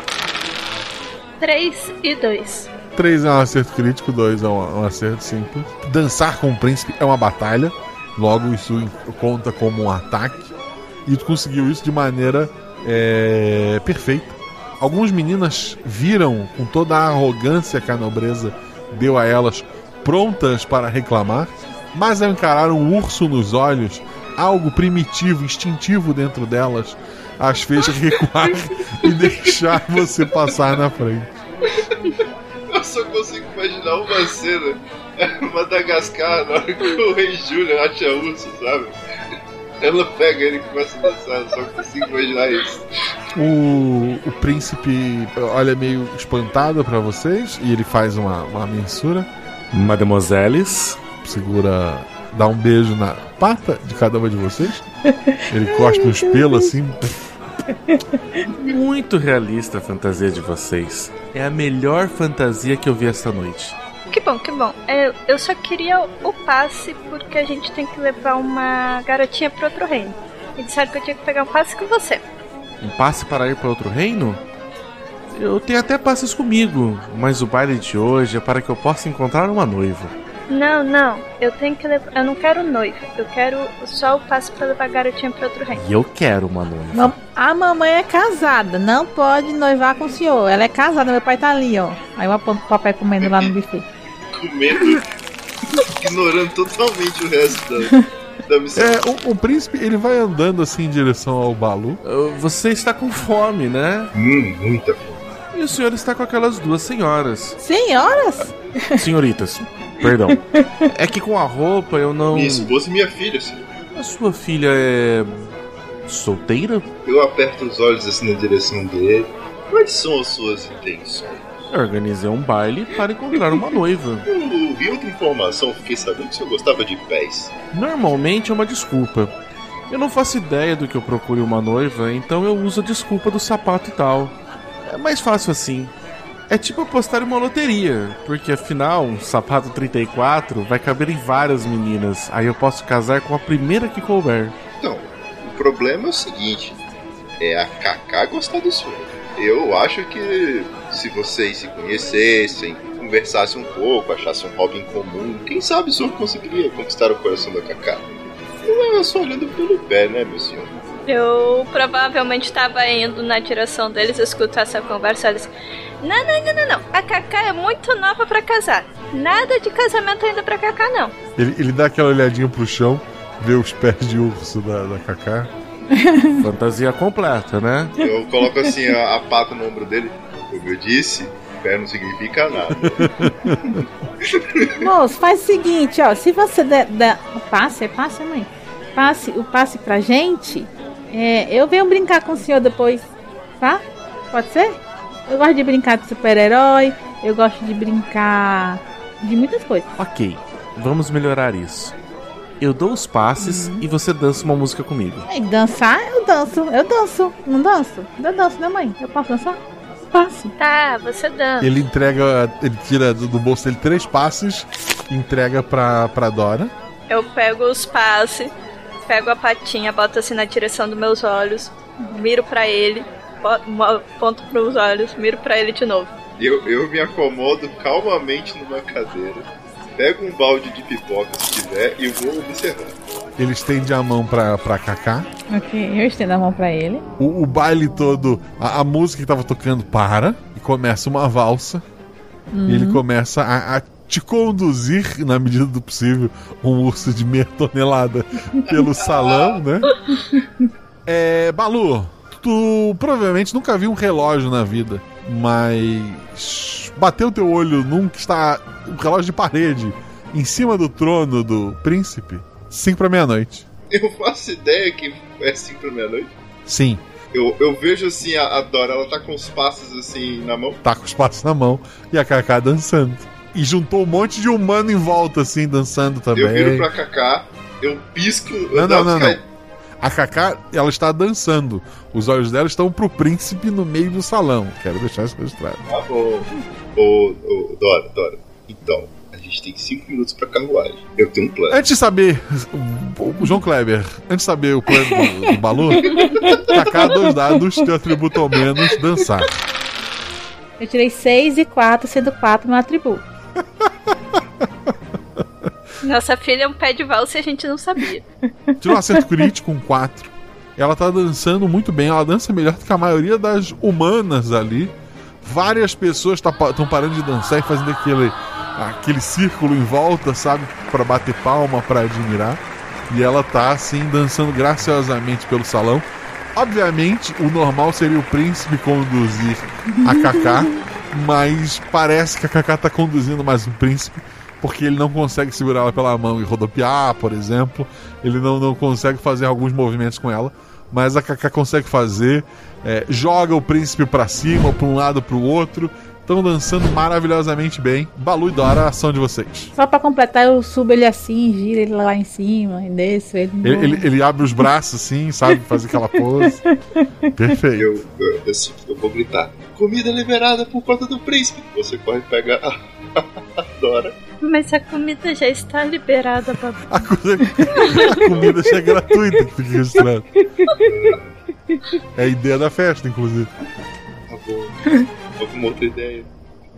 C: 3 e 2.
H: 3 é um acerto crítico, 2 é um, um acerto simples. Dançar com o príncipe é uma batalha, logo isso en- conta como um ataque. E tu conseguiu isso de maneira é, perfeita. Algumas meninas viram com toda a arrogância que a nobreza deu a elas, prontas para reclamar, mas ao encarar um urso nos olhos, algo primitivo, instintivo dentro delas, as fez recuar e deixar você passar na frente.
B: Eu só consigo imaginar uma cena em Madagascar na hora que o rei Júlio acha urso, sabe? Ela pega ele e começa a dançar, eu só consigo imaginar isso.
H: O, o príncipe olha é meio espantado pra vocês e ele faz uma, uma mensura.
O: Mademoiselles.
H: Segura, dá um beijo na pata de cada uma de vocês. Ele cospe uns pelos assim.
O: Muito realista a fantasia de vocês. É a melhor fantasia que eu vi essa noite.
C: Que bom, que bom. Eu, eu só queria o passe porque a gente tem que levar uma garotinha pro outro reino. E disseram que eu tinha que pegar um passe com você.
O: Um passe para ir para outro reino? Eu tenho até passes comigo, mas o baile de hoje é para que eu possa encontrar uma noiva.
C: Não, não. Eu tenho que levar. Eu não quero noiva. Eu quero só o passe pra levar a garotinha pro outro reino.
O: E eu quero uma noiva.
D: Mam- A mamãe é casada, não pode noivar com o senhor. Ela é casada, meu pai tá ali, ó. Aí eu aponto o papai comendo lá no buffet.
B: Comendo, ignorando totalmente o resto da, da missão.
H: É, o, o príncipe ele vai andando assim em direção ao Balu.
O: Uh, Você está com fome, né?
B: Hum, muita
O: E o senhor está com aquelas duas senhoras.
D: Senhoras?
O: Senhoritas, perdão. É que com a roupa eu não.
B: Minha esposa e minha filha, assim.
O: A sua filha é. solteira?
B: Eu aperto os olhos assim na direção dele. Quais são as suas intenções?
O: Eu organizei um baile para encontrar uma noiva.
B: Eu ouvi outra Hum, informação, fiquei sabendo que o senhor gostava de pés.
O: Normalmente é uma desculpa. Eu não faço ideia do que eu procure uma noiva, então eu uso a desculpa do sapato e tal. É mais fácil assim. É tipo apostar em uma loteria, porque afinal, um sapato 34 vai caber em várias meninas. Aí eu posso casar com a primeira que couber.
B: Então, o problema é o seguinte: é a Kaká gostar do Swain. Eu acho que se vocês se conhecessem, conversassem um pouco, achassem um hobby em comum, quem sabe o Swain conseguiria conquistar o coração da Kaká. Não é só olhando pelo pé, né, meu senhor?
C: Eu provavelmente estava indo na direção deles escutar essa conversa. Eles, não, não, não, não, não. A Kaká é muito nova para casar. Nada de casamento ainda para Kaká, não.
H: Ele, ele dá aquela olhadinha pro chão, vê os pés de urso da, da Kaká.
O: Fantasia completa, né?
B: Eu coloco assim a, a pata no ombro dele. Como eu disse, pé não significa nada.
D: Moço, faz o seguinte, ó. Se você der. der passe, é passe, mãe? Passe, o passe pra gente. é, eu venho brincar com o senhor depois, tá? Pode ser? Eu gosto de brincar de super-herói, eu gosto de brincar de muitas coisas.
O: Ok, vamos melhorar isso. Eu dou os passes e você dança uma música comigo.
D: E dançar, eu danço, eu danço, não danço? Eu danço, né, mãe? Eu posso dançar? Passe.
C: Tá, você dança.
H: Ele entrega, ele tira do do bolso dele três passes, entrega pra, pra Dora.
C: Eu pego os passes, pego a patinha, boto assim na direção dos meus olhos, miro pra ele, bo- mo- aponto pros olhos, miro pra ele de novo.
B: Eu, eu me acomodo calmamente numa cadeira, pego um balde de pipoca se tiver e vou observar.
H: Ele estende a mão pra, pra Kaká.
D: Ok, eu estendo a mão pra ele.
H: O, o baile todo, a, a música que tava tocando para e começa uma valsa.
D: Uhum.
H: E ele começa a, a te conduzir, na medida do possível, um urso de meia tonelada pelo salão, né? É, Balu, tu provavelmente nunca viu um relógio na vida, mas bateu teu olho num que está um relógio de parede em cima do trono do príncipe, 5 para meia-noite.
B: Eu faço ideia que é assim pra meia-noite.
H: Sim,
B: Eu, eu vejo assim a, a Dora, ela tá com os passos assim na mão.
H: tá com os passos na mão e a Kaká dançando. E juntou um monte de humano em volta, assim, dançando também.
B: Eu viro pra Kaká, eu pisco.
H: Não,
B: eu
H: não,
B: dou um
H: não,
B: uma
H: não. A Kaká, ela está dançando. Os olhos dela estão pro príncipe no meio do salão. Quero deixar isso registrado.
B: Tá bom. Ô, ô, Dora, Dora. Então, a gente tem 5 minutos pra carruagem. Eu tenho um plano.
H: Antes de saber, o João Kleber, antes de saber o plano do, do Balu, Kaká, dois dados, teu atributo ao menos, dançar.
D: Eu tirei 6 e 4, sendo 4 meu atributo.
C: Nossa filha é um pé de valsa e a gente não sabia.
H: Tirou um acerto crítico, um 4. Ela tá dançando muito bem, ela dança melhor do que a maioria das humanas ali. Várias pessoas estão parando de dançar e fazendo aquele, aquele círculo em volta, sabe? Pra bater palma, pra admirar. E ela tá assim, dançando graciosamente pelo salão. Obviamente, o normal seria o príncipe conduzir a Kaká, mas parece que a Kaká tá conduzindo mais um príncipe, porque ele não consegue segurar ela pela mão e rodopiar, por exemplo. Ele não, não consegue fazer alguns movimentos com ela, mas a Kaká consegue fazer, é, joga o príncipe pra cima, pra um lado, pro outro. Estão dançando maravilhosamente bem. Balu e Dora, a ação de vocês.
D: Só pra completar, eu subo ele assim, giro ele lá em cima, e desço ele.
H: Ele, ele- ele abre os braços assim, sabe? Faz aquela pose. Perfeito.
B: Eu, eu, eu, assim, eu vou gritar. Comida liberada por conta do príncipe. Você corre e pega a, a Dora.
C: Mas a comida já está liberada, babu.
H: A comida, a comida é gratuita que fica registrado. É a ideia da festa, inclusive.
B: Tá bom. Tô com uma outra ideia.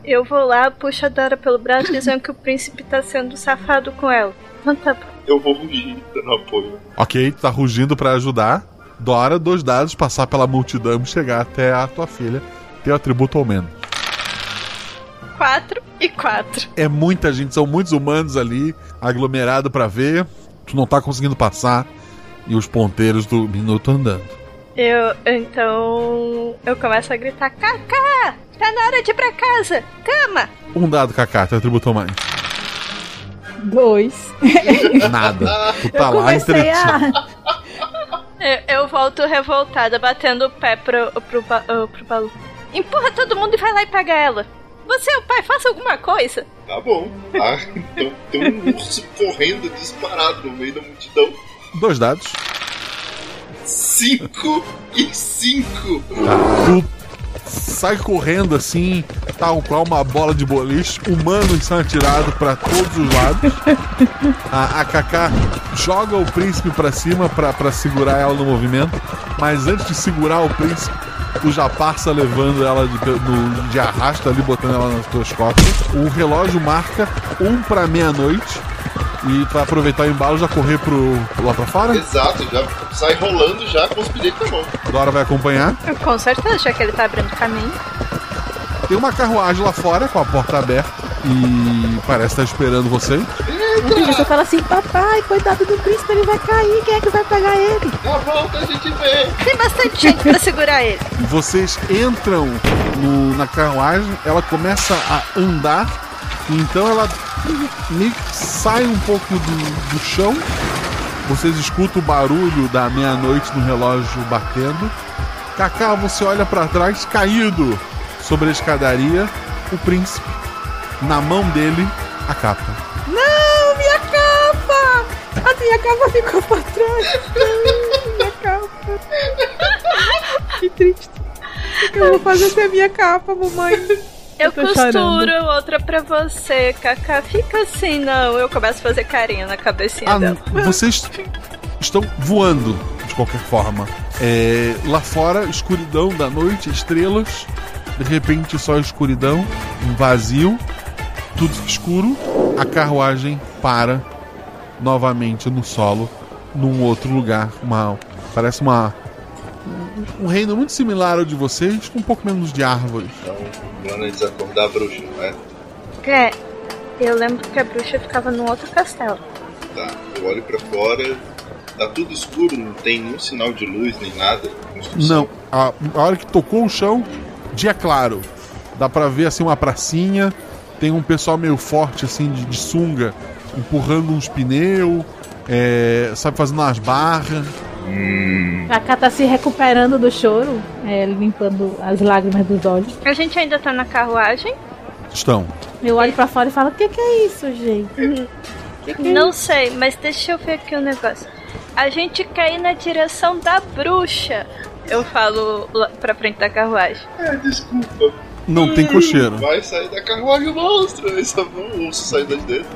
C: Eu vou lá, puxo a Dora pelo braço, dizendo que o príncipe tá sendo safado com ela. Então tá bom.
B: Eu vou rugir dando apoio.
H: Ok, tu tá rugindo pra ajudar. Dora, dois dados, passar pela multidão e chegar até a tua filha. Teu atributo ao menos.
C: Quatro e quatro.
H: É muita gente, são muitos humanos ali, aglomerado pra ver. Tu não tá conseguindo passar. E os ponteiros do minuto andando.
C: Eu, então, eu começo a gritar, Cacá, tá na hora de ir pra casa, cama.
H: Um dado, Kaká, teu atributo ao mais.
D: Dois.
H: Nada. Tu tá
D: eu
H: lá
D: comecei
H: entretido.
D: a.
C: Eu, eu volto revoltada, batendo o pé pro, pro, ba- ah, pro Balu. Empurra todo mundo e vai lá e pega ela. Você é o pai, faça alguma coisa.
B: Tá bom.
P: Ah,
B: Tá? Então tem um urso correndo disparado no meio da multidão.
H: Dois dados.
B: 5 e 5.
H: Tu sai Tá. correndo assim, tal qual uma bola de boliche, humanos são atirados para todos os lados. A, a Kaká joga o príncipe para cima para segurar ela no movimento, mas antes de segurar o príncipe, o Japarça levando ela de, no- de arrasta ali, botando ela nas suas costas. O relógio marca um para meia-noite. E tu vai aproveitar o embalo e já correr pro, lá pra fora?
P: Exato, já sai rolando já com os bilhetes
B: Tá
P: na mão.
H: Dora vai acompanhar.
C: Com certeza, já que ele tá abrindo caminho.
H: Tem uma carruagem lá fora com a porta aberta e parece estar esperando você.
L: A criança fala assim: papai, coitado do príncipe, ele vai cair, quem é que vai pegar ele?
P: Na volta a gente vê.
C: Tem bastante gente pra segurar ele.
H: Vocês entram no- na carruagem, ela começa a andar, então ela meio que sai um pouco do, do chão. Vocês escutam o barulho da meia-noite no relógio batendo. Cacá, você olha para trás, caído sobre a escadaria, o príncipe. Na mão dele, a capa.
J: Não, minha capa! A minha capa ficou pra trás. Não, minha capa. Que triste. O que eu vou fazer
D: assim
J: sem a minha capa, mamãe?
C: Eu
J: tô
C: costuro
J: chorando.
C: outra pra você, Kaká. Fica assim, não. Eu começo a fazer carinho na cabecinha
H: Ah,
C: dela.
H: vocês estão voando de qualquer forma. É, lá fora, escuridão da noite, estrelas. De repente, só escuridão, um vazio, tudo escuro. A carruagem para novamente no solo, num outro lugar. Uma, parece uma, um- um reino muito similar ao de vocês, com um pouco menos de árvores.
P: Então, plano é desacordar a bruxa, não é?
C: É, eu lembro que a bruxa ficava num outro castelo.
P: Tá, eu olho pra fora, tá tudo escuro, não tem nenhum sinal de luz nem nada.
H: Não, a, a hora que tocou o chão, dia claro. Dá pra ver assim uma pracinha, tem um pessoal meio forte assim de, de sunga, empurrando uns pneus, é, sabe, fazendo umas barras.
D: Kaká tá se recuperando do choro, é, limpando as lágrimas dos olhos.
C: A gente ainda tá na carruagem?
H: Estão.
D: Eu olho pra fora e falo: o que, que é isso, gente?
C: Uhum.
D: é
C: Não sei, mas deixa eu ver aqui o negócio. A gente quer ir na direção da bruxa. Eu falo lá pra frente da carruagem.
P: É, desculpa.
H: Não
C: Hum,
H: tem cocheiro.
P: Vai sair da carruagem o monstro, é essa o urso sai da dentro.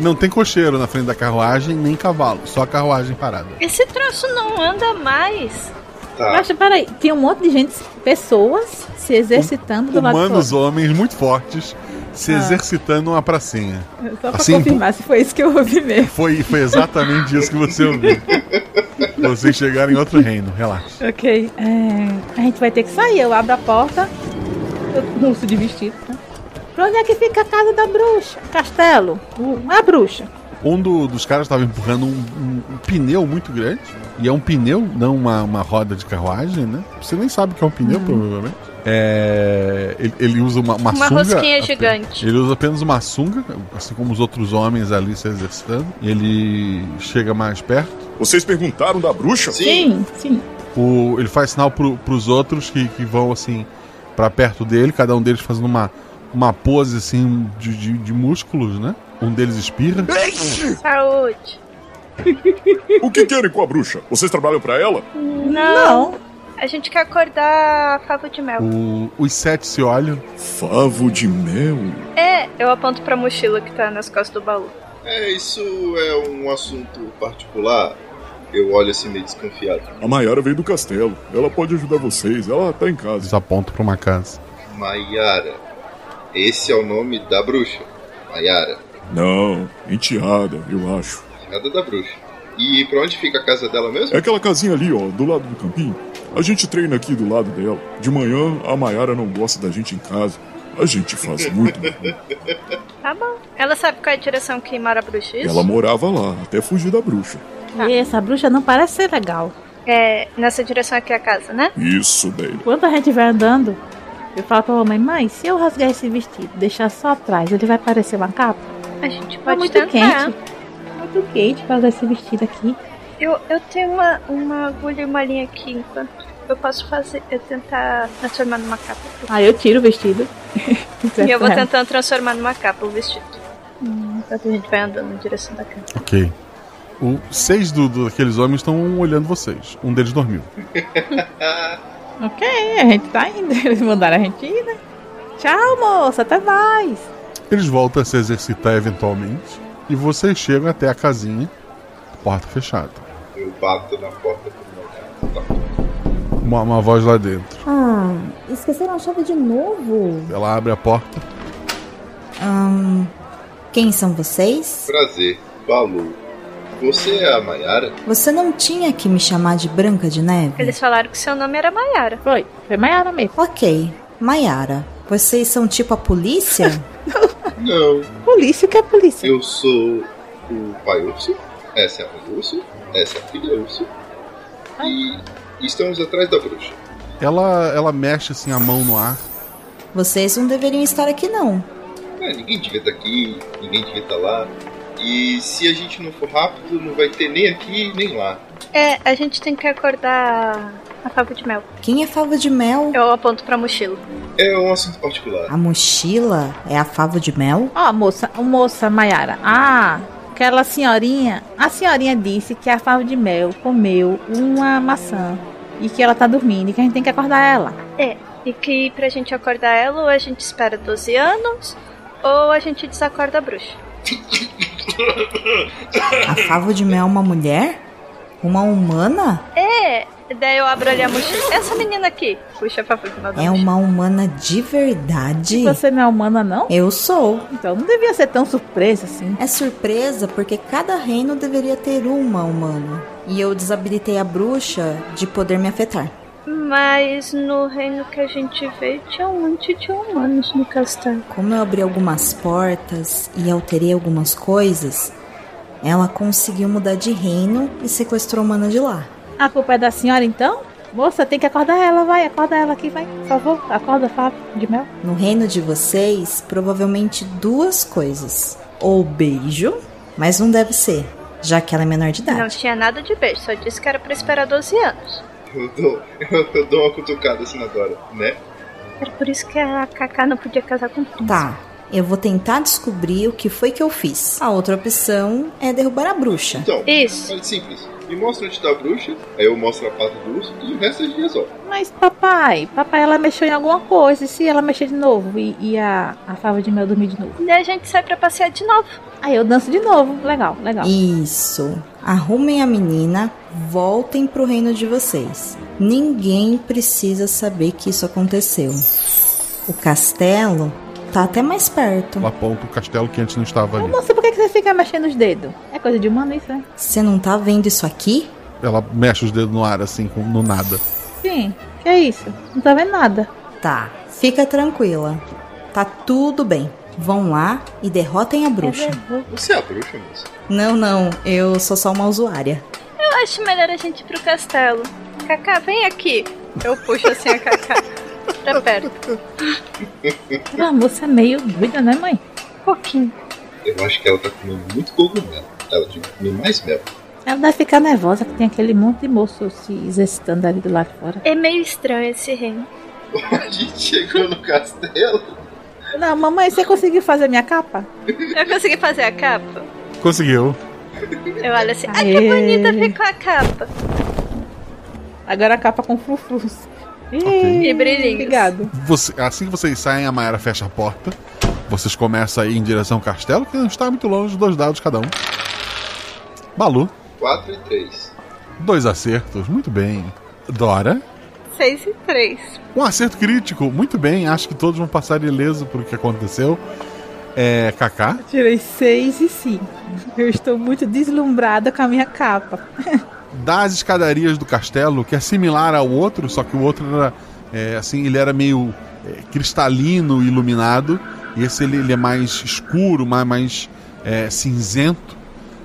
H: Não tem cocheiro na frente da carruagem, nem cavalo, só a carruagem parada.
C: Esse troço não anda mais.
H: Ah.
D: Mas peraí, tem um monte de gente, pessoas, se exercitando do lado
H: Um Humanos,
D: de fora.
H: homens muito fortes, se
D: Ah.
H: exercitando uma pracinha.
D: Só pra
H: Assim,
D: confirmar se foi isso que eu ouvi mesmo.
H: Foi, foi exatamente isso que você ouviu. Vocês chegaram em outro reino, relaxa.
D: Ok. é, a gente vai ter que sair. Eu abro a porta. Eu urso de vestido. Né? Pra onde é que fica a casa da bruxa? Castelo. Uh, a bruxa.
H: Um do- dos caras estava empurrando um, um- um pneu muito grande. E é um pneu, não uma, uma roda de carruagem, né? Você nem sabe o que é um
D: Hum.
H: pneu, provavelmente. É, ele, ele usa uma, uma,
C: Uma
H: sunga.
C: rosquinha
H: ape-
C: gigante.
H: Ele usa apenas uma sunga, assim como os outros homens ali se exercitando. E ele chega mais perto.
Q: Vocês perguntaram da bruxa?
D: Sim, sim.
H: O- ele faz sinal pro, pros outros que, que vão assim pra perto dele, cada um deles fazendo uma, uma pose assim de, de- de músculos, né? Um deles espirra.
C: Saúde.
Q: O que querem com a bruxa? Vocês trabalham pra ela?
C: Não. A gente quer acordar a favo de mel.
H: O- os sete se olham.
Q: Favo de mel.
C: É, eu aponto pra mochila que tá nas costas do baú.
P: É, isso é um assunto particular. Eu olho assim meio desconfiado.
Q: A Maiara veio do castelo. Ela pode ajudar vocês. Ela tá em casa.
H: Desaponta pra uma casa.
P: Maiara. Esse é o nome da bruxa. Maiara.
Q: Não, enteada, eu acho.
B: é
P: Nada da bruxa. E pra onde fica a casa dela mesmo?
Q: É aquela casinha ali, ó, do lado do campinho. A gente treina aqui do lado dela. De manhã, a Maiara não gosta da gente em casa. A gente faz muito. barulho.
C: Tá bom. Ela sabe qual é a direção que mora a bruxa, isso? Tá.
Q: Ela morava lá, até fugir da bruxa.
D: E essa bruxa não parece ser legal.
C: É, nessa direção aqui é a casa, né?
Q: Isso, Dale.
D: Quando a gente vai andando, eu falo pra mamãe, mãe, se eu rasgar esse vestido, deixar só atrás, ele vai parecer uma capa?
C: A gente
D: Tá
C: pode
D: muito
C: tentar.
D: quente. Muito quente pra usar esse vestido aqui.
C: Eu, eu tenho uma, uma agulha e uma linha aqui enquanto eu posso fazer. Eu tentar transformar numa capa.
D: Aí Ah, eu tiro o vestido.
C: E eu
D: Tá
C: vou
D: Certo. Hum,
C: tentando transformar numa capa o vestido. Enquanto a gente vai andando na direção da casa.
H: Ok. O, seis do, do- daqueles homens estão olhando vocês. Um deles dormiu.
D: Ok, a gente tá indo. Eles mandaram a gente ir, né? Tchau, moça, até mais.
H: Eles voltam a se exercitar eventualmente e vocês chegam até a casinha, porta fechada.
B: Eu bato na porta com meu gato. Tá bom.
H: Uma, uma voz lá dentro.
R: Ah, esqueceram a chave de novo.
H: Ela abre a porta.
R: Ahn, quem são vocês?
B: Prazer, Balu. Você é a Mayara?
R: Você não tinha que me chamar de Branca de Neve?
C: Eles falaram que seu nome é era Maiara.
D: Foi, foi Maiara mesmo.
R: Ok, Maiara. Vocês são tipo a polícia?
B: Não.
D: Polícia, o que é polícia?
B: Eu sou o pai urso, essa é a mãe urso, essa é a filha urso. E estamos atrás da bruxa.
H: Ela, ela mexe assim a mão no ar.
R: Vocês não deveriam estar aqui, não.
B: É, ninguém devia estar aqui, ninguém devia estar lá. E se a gente não for rápido, não vai ter nem aqui nem lá.
C: É, a gente tem que acordar a fava de mel.
R: Quem é favo de mel?
C: Eu aponto pra mochila.
B: É um assunto particular.
R: A mochila é a favo de mel?
D: Ó, moça, ô, moça Maiara. Ah, aquela senhorinha. A senhorinha disse que a fava de mel comeu uma maçã e que ela tá dormindo e que a gente tem que acordar ela.
C: É, e que pra gente acordar ela, ou a gente espera 12 anos, ou a gente desacorda a bruxa.
R: A favo de mel é uma mulher? Uma humana?
C: É, daí eu abro ali a mochila. Essa menina aqui. Puxa, pra frente.
R: É uma humana de verdade?
D: Você não é humana, não?
R: Eu sou.
D: Então não devia ser tão surpresa assim.
R: É surpresa porque cada reino deveria ter uma humana. E eu desabilitei a bruxa de poder me afetar.
C: Mas no reino que a gente veio tinha um monte de humanos no castelo.
R: Como eu abri algumas portas e alterei algumas coisas, ela conseguiu mudar de reino e sequestrou a humana de lá.
D: A culpa é da senhora então? Moça, tem que acordar ela, vai. Acorda ela aqui, vai. Por favor, acorda, Fábio de Mel.
R: No reino de vocês, provavelmente duas coisas. Ou beijo, mas não deve ser, já que ela é menor de
C: Não
R: idade.
C: tinha nada de beijo, só disse que era pra esperar 12 anos.
B: Eu dou, eu dou uma cutucada assim na Dora, né?
C: Era por isso que a Kaká não podia casar com o príncipe.
R: Tá, eu vou tentar descobrir o que foi que eu fiz. A outra opção é derrubar a bruxa.
B: Então,
C: Isso.
B: é simples. Me mostra onde tá a bruxa, aí eu mostro a pata do urso e o resto é a gente resolve.
D: Mas papai, papai, ela mexeu em alguma coisa. E se ela mexer de novo e, e a, a fava de mel dormir de novo?
C: Daí a gente sai pra passear de novo.
D: Aí eu danço de novo. Legal, legal.
R: Isso. Arrumem a menina, voltem pro reino de vocês. Ninguém precisa saber que isso aconteceu. O castelo tá até mais perto.
H: Ela aponta o castelo que antes não estava ali.
D: Moça, por que que você fica mexendo os dedos? É coisa de humano isso, né?
R: Você não tá vendo isso aqui?
H: Ela mexe os dedos no ar assim, com- no nada.
D: Sim, que é isso? Não tá vendo nada.
R: Tá, fica tranquila. Tá tudo bem. Vão lá e derrotem
D: É
R: a bruxa.
B: Você é a bruxa, moça?
R: Não, não, eu sou só uma usuária.
C: Eu acho melhor a gente ir pro castelo. Kaká, vem aqui. Eu puxo assim a Kaká pra perto.
D: Aquela moça é meio doida, né, mãe?
C: Ah. Um pouquinho.
B: Eu acho que ela tá comendo muito cogumelo. Ela devia comer mais mel.
D: Ela deve ficar nervosa que tem aquele monte de moço se exercitando ali do lado de fora.
C: É meio estranho esse reino.
B: A gente chegou no castelo.
D: Não, mamãe, você conseguiu fazer a minha capa?
C: Eu consegui fazer a capa?
H: Conseguiu.
C: Eu olho assim, ai que bonita ficou a capa.
D: Agora a capa com frufrus.
C: E brilhinhos.
D: Obrigado.
H: Você- assim que vocês saem, a Mayara fecha a porta. Vocês começam a ir em direção ao castelo, que não está muito longe, dois dados cada um. Balu,
B: 4 e 3.
H: dois acertos, muito bem. Dora,
C: 6 e 3.
H: um acerto crítico, muito bem. Acho que todos vão passar ileso por o que aconteceu. É, Kaká,
D: Tirei seis e cinco. Eu estou muito deslumbrada com a minha capa.
H: das escadarias do castelo, que é similar ao outro, só que o outro era é, assim, ele era meio é, cristalino e iluminado, e esse ele, ele é mais escuro, mais, mais é, cinzento.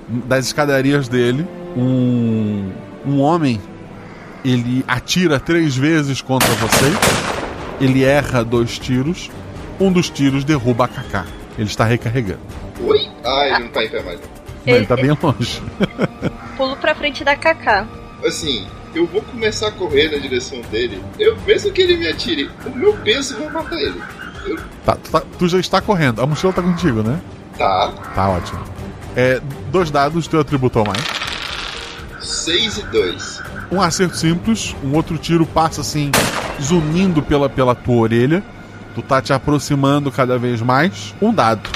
H: Das escadarias dele, um, um homem ele atira três vezes contra vocês, ele erra dois tiros, um dos tiros derruba a Kaká. Ele está recarregando.
B: Oi? Ah, ele não tá em pé mais.
H: Não, ele está bem longe.
C: Pulo pra frente da Kaká.
B: Assim, eu vou começar a correr na direção dele. Eu mesmo que ele me atire, o meu peso vai matar ele.
H: Tá, tu, tá- tu já está correndo. A mochila tá contigo, né?
B: Tá,
H: Tá ótimo. É, dois dados, teu atributo ao mais.
B: 6 e 2.
H: Um acerto simples, um outro tiro passa assim, zunindo pela, pela tua orelha. Tu tá te aproximando cada vez mais. Um dado.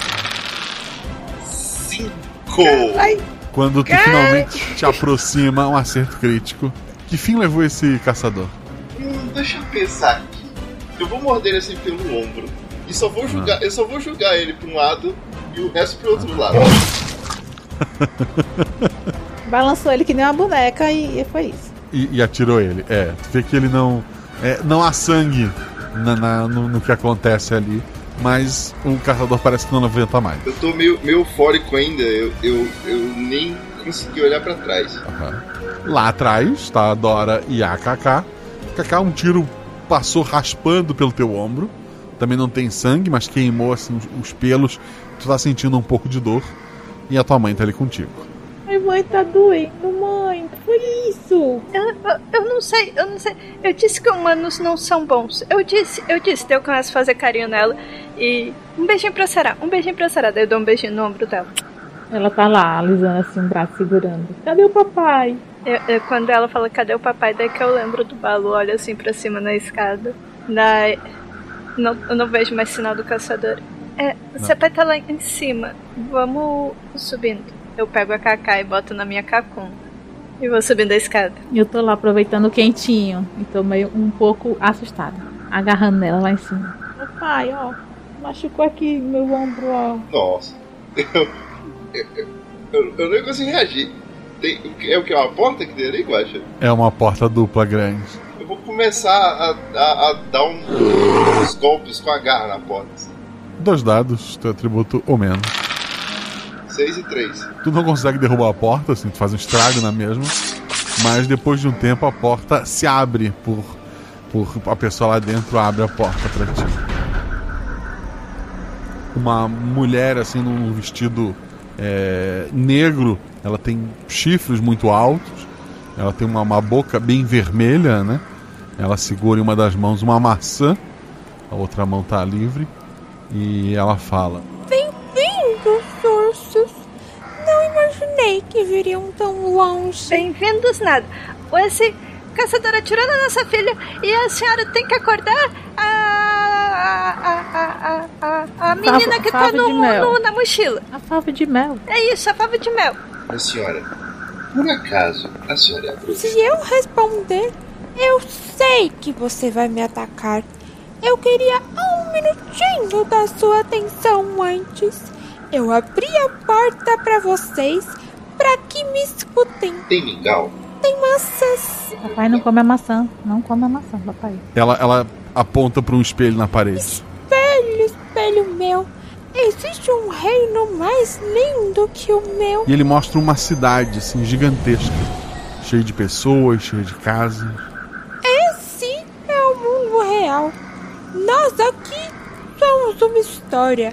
P: Cinco!
H: Quando tu finalmente te aproxima, um acerto crítico. Que fim levou esse caçador?
P: Hum, deixa eu pensar aqui. Eu vou morder ele assim pelo ombro. E só vou julgar, eu só vou julgar ele pra um lado e o resto pro outro lado.
D: Balançou ele que nem uma boneca e, e foi isso.
H: E, e atirou ele. É, tu vê que ele não. é, não há sangue na- na- no, no que acontece ali. Mas o caçador parece que não levanta mais.
P: Eu tô meio, meio eufórico ainda, eu, eu, eu nem consegui olhar pra trás.
H: Lá atrás tá a Dora e a Kaká. Kaká, um tiro passou raspando pelo teu ombro. Também não tem sangue, mas queimou assim, os- os pelos. Tu tá sentindo um pouco de dor. E a tua mãe tá ali contigo.
L: Ai, mãe, tá doendo, mãe. Foi isso.
C: Eu, eu- eu não sei, eu não sei. Eu disse que humanos não são bons. Eu disse, eu disse. Daí eu começo a fazer carinho nela e. Um beijinho pra Sarah, um beijinho pra Sarah. Daí eu dou um beijinho no ombro dela.
D: Ela tá lá, alisando assim, um braço segurando. Cadê o papai?
C: Eu- eu- É, quando ela fala, cadê o papai? Daí que eu lembro do Balu, olha assim pra cima na escada. Daí. Não, eu não vejo mais sinal do caçador. É, seu pai tá lá em cima. Vamos subindo. Eu pego a Kaká e boto na minha cacunda. E vou subindo a escada.
D: E Eu tô lá aproveitando o quentinho. E tô meio um pouco assustada. Agarrando nela lá em cima. Papai, ó. Machucou aqui meu ombro, ó.
P: Nossa. Eu, eu, eu- eu nem consegui reagir. Tem, é o que? É uma porta que tem ali, Guacha?
H: É uma porta dupla grande.
P: Eu vou começar a, a- a dar um- uns golpes com a garra na porta. assim.
H: Dois dados, teu atributo ou menos.
P: Seis e três.
H: Tu não consegue derrubar a porta, assim, tu faz um estrago na mesma. Mas depois de um tempo a porta se abre por. por a pessoa lá dentro abre a porta pra ti. Uma mulher, assim, num vestido é, negro, ela tem chifres muito altos, ela tem uma, uma boca bem vermelha, né? Ela segura em uma das mãos uma maçã, a outra mão tá livre, e ela fala.
L: Bem-vindos, ursos. Não imaginei que viriam tão longe.
C: Bem-vindos nada. Ou Esse caçador atirou na nossa filha e a senhora tem que acordar a, a, a, a, a, a menina que tá
D: fava
C: no,
D: de mel.
C: no- na mochila.
D: A fava de mel.
C: É isso, a fava de mel.
P: A senhora, por acaso, a senhora é a bruxa?
L: Se eu responder, eu sei que você vai me atacar. Eu queria um minutinho da sua atenção antes. Eu abri a porta para vocês para que me escutem.
P: Tem mingau?
L: Tem maçãs.
D: Papai não come a maçã. Não come a maçã, papai.
H: Ela, ela aponta pra um espelho na parede.
L: Espelho, espelho meu, existe um reino mais lindo que o meu.
H: E ele mostra uma cidade, assim, gigantesca. Cheia de pessoas, cheia de casas.
L: Esse é o mundo real. Nós aqui somos uma história.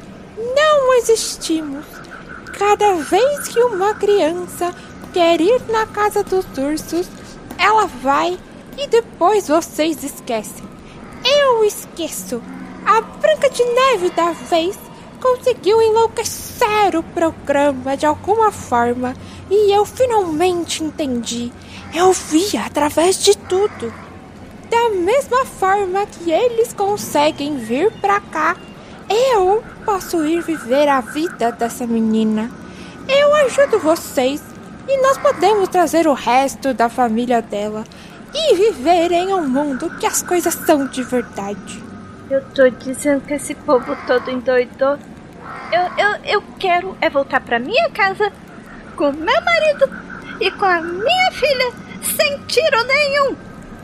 L: Não existimos. Cada vez que uma criança quer ir na casa dos ursos, ela vai e depois vocês esquecem. Eu esqueço. A Branca de Neve da vez conseguiu enlouquecer o programa de alguma forma e eu finalmente entendi. Eu vi através de tudo. Da mesma forma que eles conseguem vir pra cá, eu posso ir viver a vida dessa menina. Eu ajudo vocês e nós podemos trazer o resto da família dela e viver em um mundo que as coisas são de verdade.
C: Eu tô dizendo que esse povo todo endoidou. Eu, eu, eu quero é voltar pra minha casa com meu marido e com a minha filha sem tiro nenhum.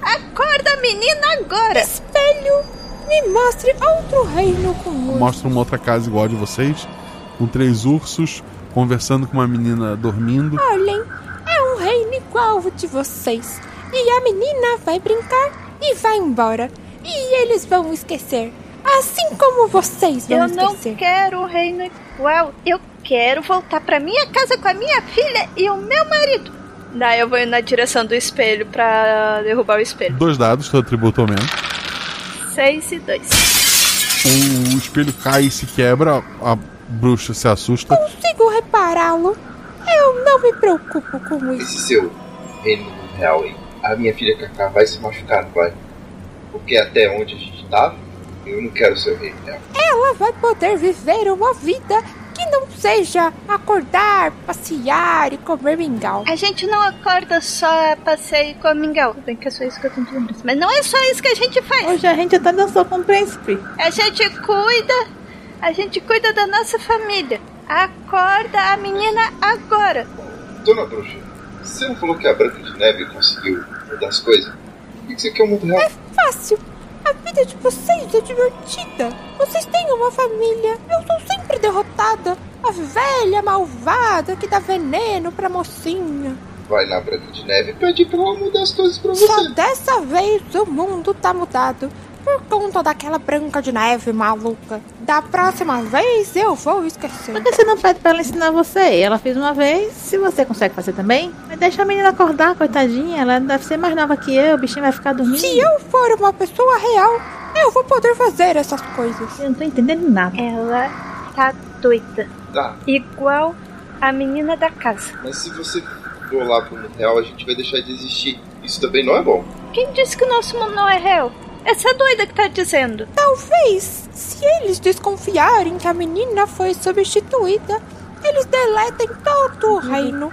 C: Acorda, menina, agora!
L: Espelho, me mostre outro reino com urso.
H: Mostra uma outra casa igual a de vocês, com três ursos conversando com uma menina dormindo.
L: Olhem, é um reino igual ao de vocês. E a menina vai brincar e vai embora. E eles vão esquecer. Assim como vocês vão
C: Eu não
L: esquecer.
C: quero um reino igual. Eu quero voltar pra minha casa com a minha filha e o meu marido. Daí eu vou na direção do espelho pra derrubar o espelho.
H: Dois dados, teu atributo aumenta.
C: 6 e 2.
H: O espelho cai e se quebra, a bruxa se assusta.
L: Consigo repará-lo. Eu não me preocupo com isso.
P: Esse seu reino real aí. A minha filha Kaká vai se machucar, não vai? Porque até onde a gente tava, Eu não quero ser rei, né?
L: Ela vai poder viver uma vida que não seja acordar, passear e comer mingau.
C: A gente não acorda só passeio com mingau. Tudo Bem que é só isso que eu tenho de lembrança. Mas não é só isso que a gente faz.
D: Hoje a gente até dançou com o príncipe.
C: A gente cuida, a gente cuida da nossa família. Acorda a menina agora.
P: Dona Bruxa, você não falou que a Branca de Neve conseguiu mudar as coisas? Por que que você quer um o mundo real?
L: É Fácil. A vida de vocês é divertida. Vocês têm uma família. Eu sou sempre derrotada. A velha malvada que dá veneno pra mocinha.
P: Vai na Branca de Neve e pede pra ela Tipo, mudar as coisas pra
L: Só
P: você.
L: dessa vez o mundo tá mudado. Por conta daquela branca de neve maluca. Da próxima vez eu vou esquecer.
D: Por que você não pede pra ela ensinar você? Ela fez uma vez, se você consegue fazer também. Mas deixa a menina acordar, coitadinha. Ela deve ser mais nova que eu, o bichinho vai ficar dormindo.
L: Se eu for uma pessoa real, eu vou poder fazer essas coisas. É.
D: Eu não tô entendendo nada.
C: Ela tá doida.
P: Tá,
C: Igual a menina da casa.
P: mas se você for lá pro mundo real, a gente vai deixar de existir. Isso também não é bom.
C: Quem disse que o nosso mundo não é real? Essa doida que tá dizendo.
L: Talvez, se eles desconfiarem que a menina foi substituída, eles deletem todo
C: Uhum.
L: o reino.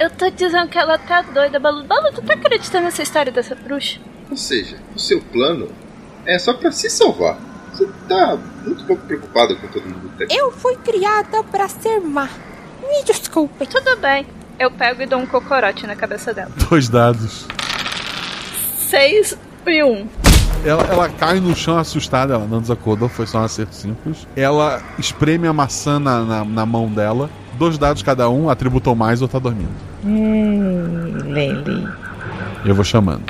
C: Eu tô dizendo que ela tá doida, Balu. Balu, tu tá acreditando nessa história dessa bruxa?
P: Ou seja, o seu plano é só pra se salvar. Você tá muito pouco preocupado com todo mundo. Tá?
L: Eu fui criada pra ser má. Me desculpem.
C: Tudo bem. Eu pego e dou um cocorote na cabeça dela.
H: Dois dados.
C: Seis e um.
H: Ela, ela cai no chão assustada, ela não desacordou, foi só um acerto simples. Ela espreme a maçã na, na, na mão dela. Dois dados cada um, atributou mais ou tá dormindo.
D: Lele.
H: Eu vou chamando.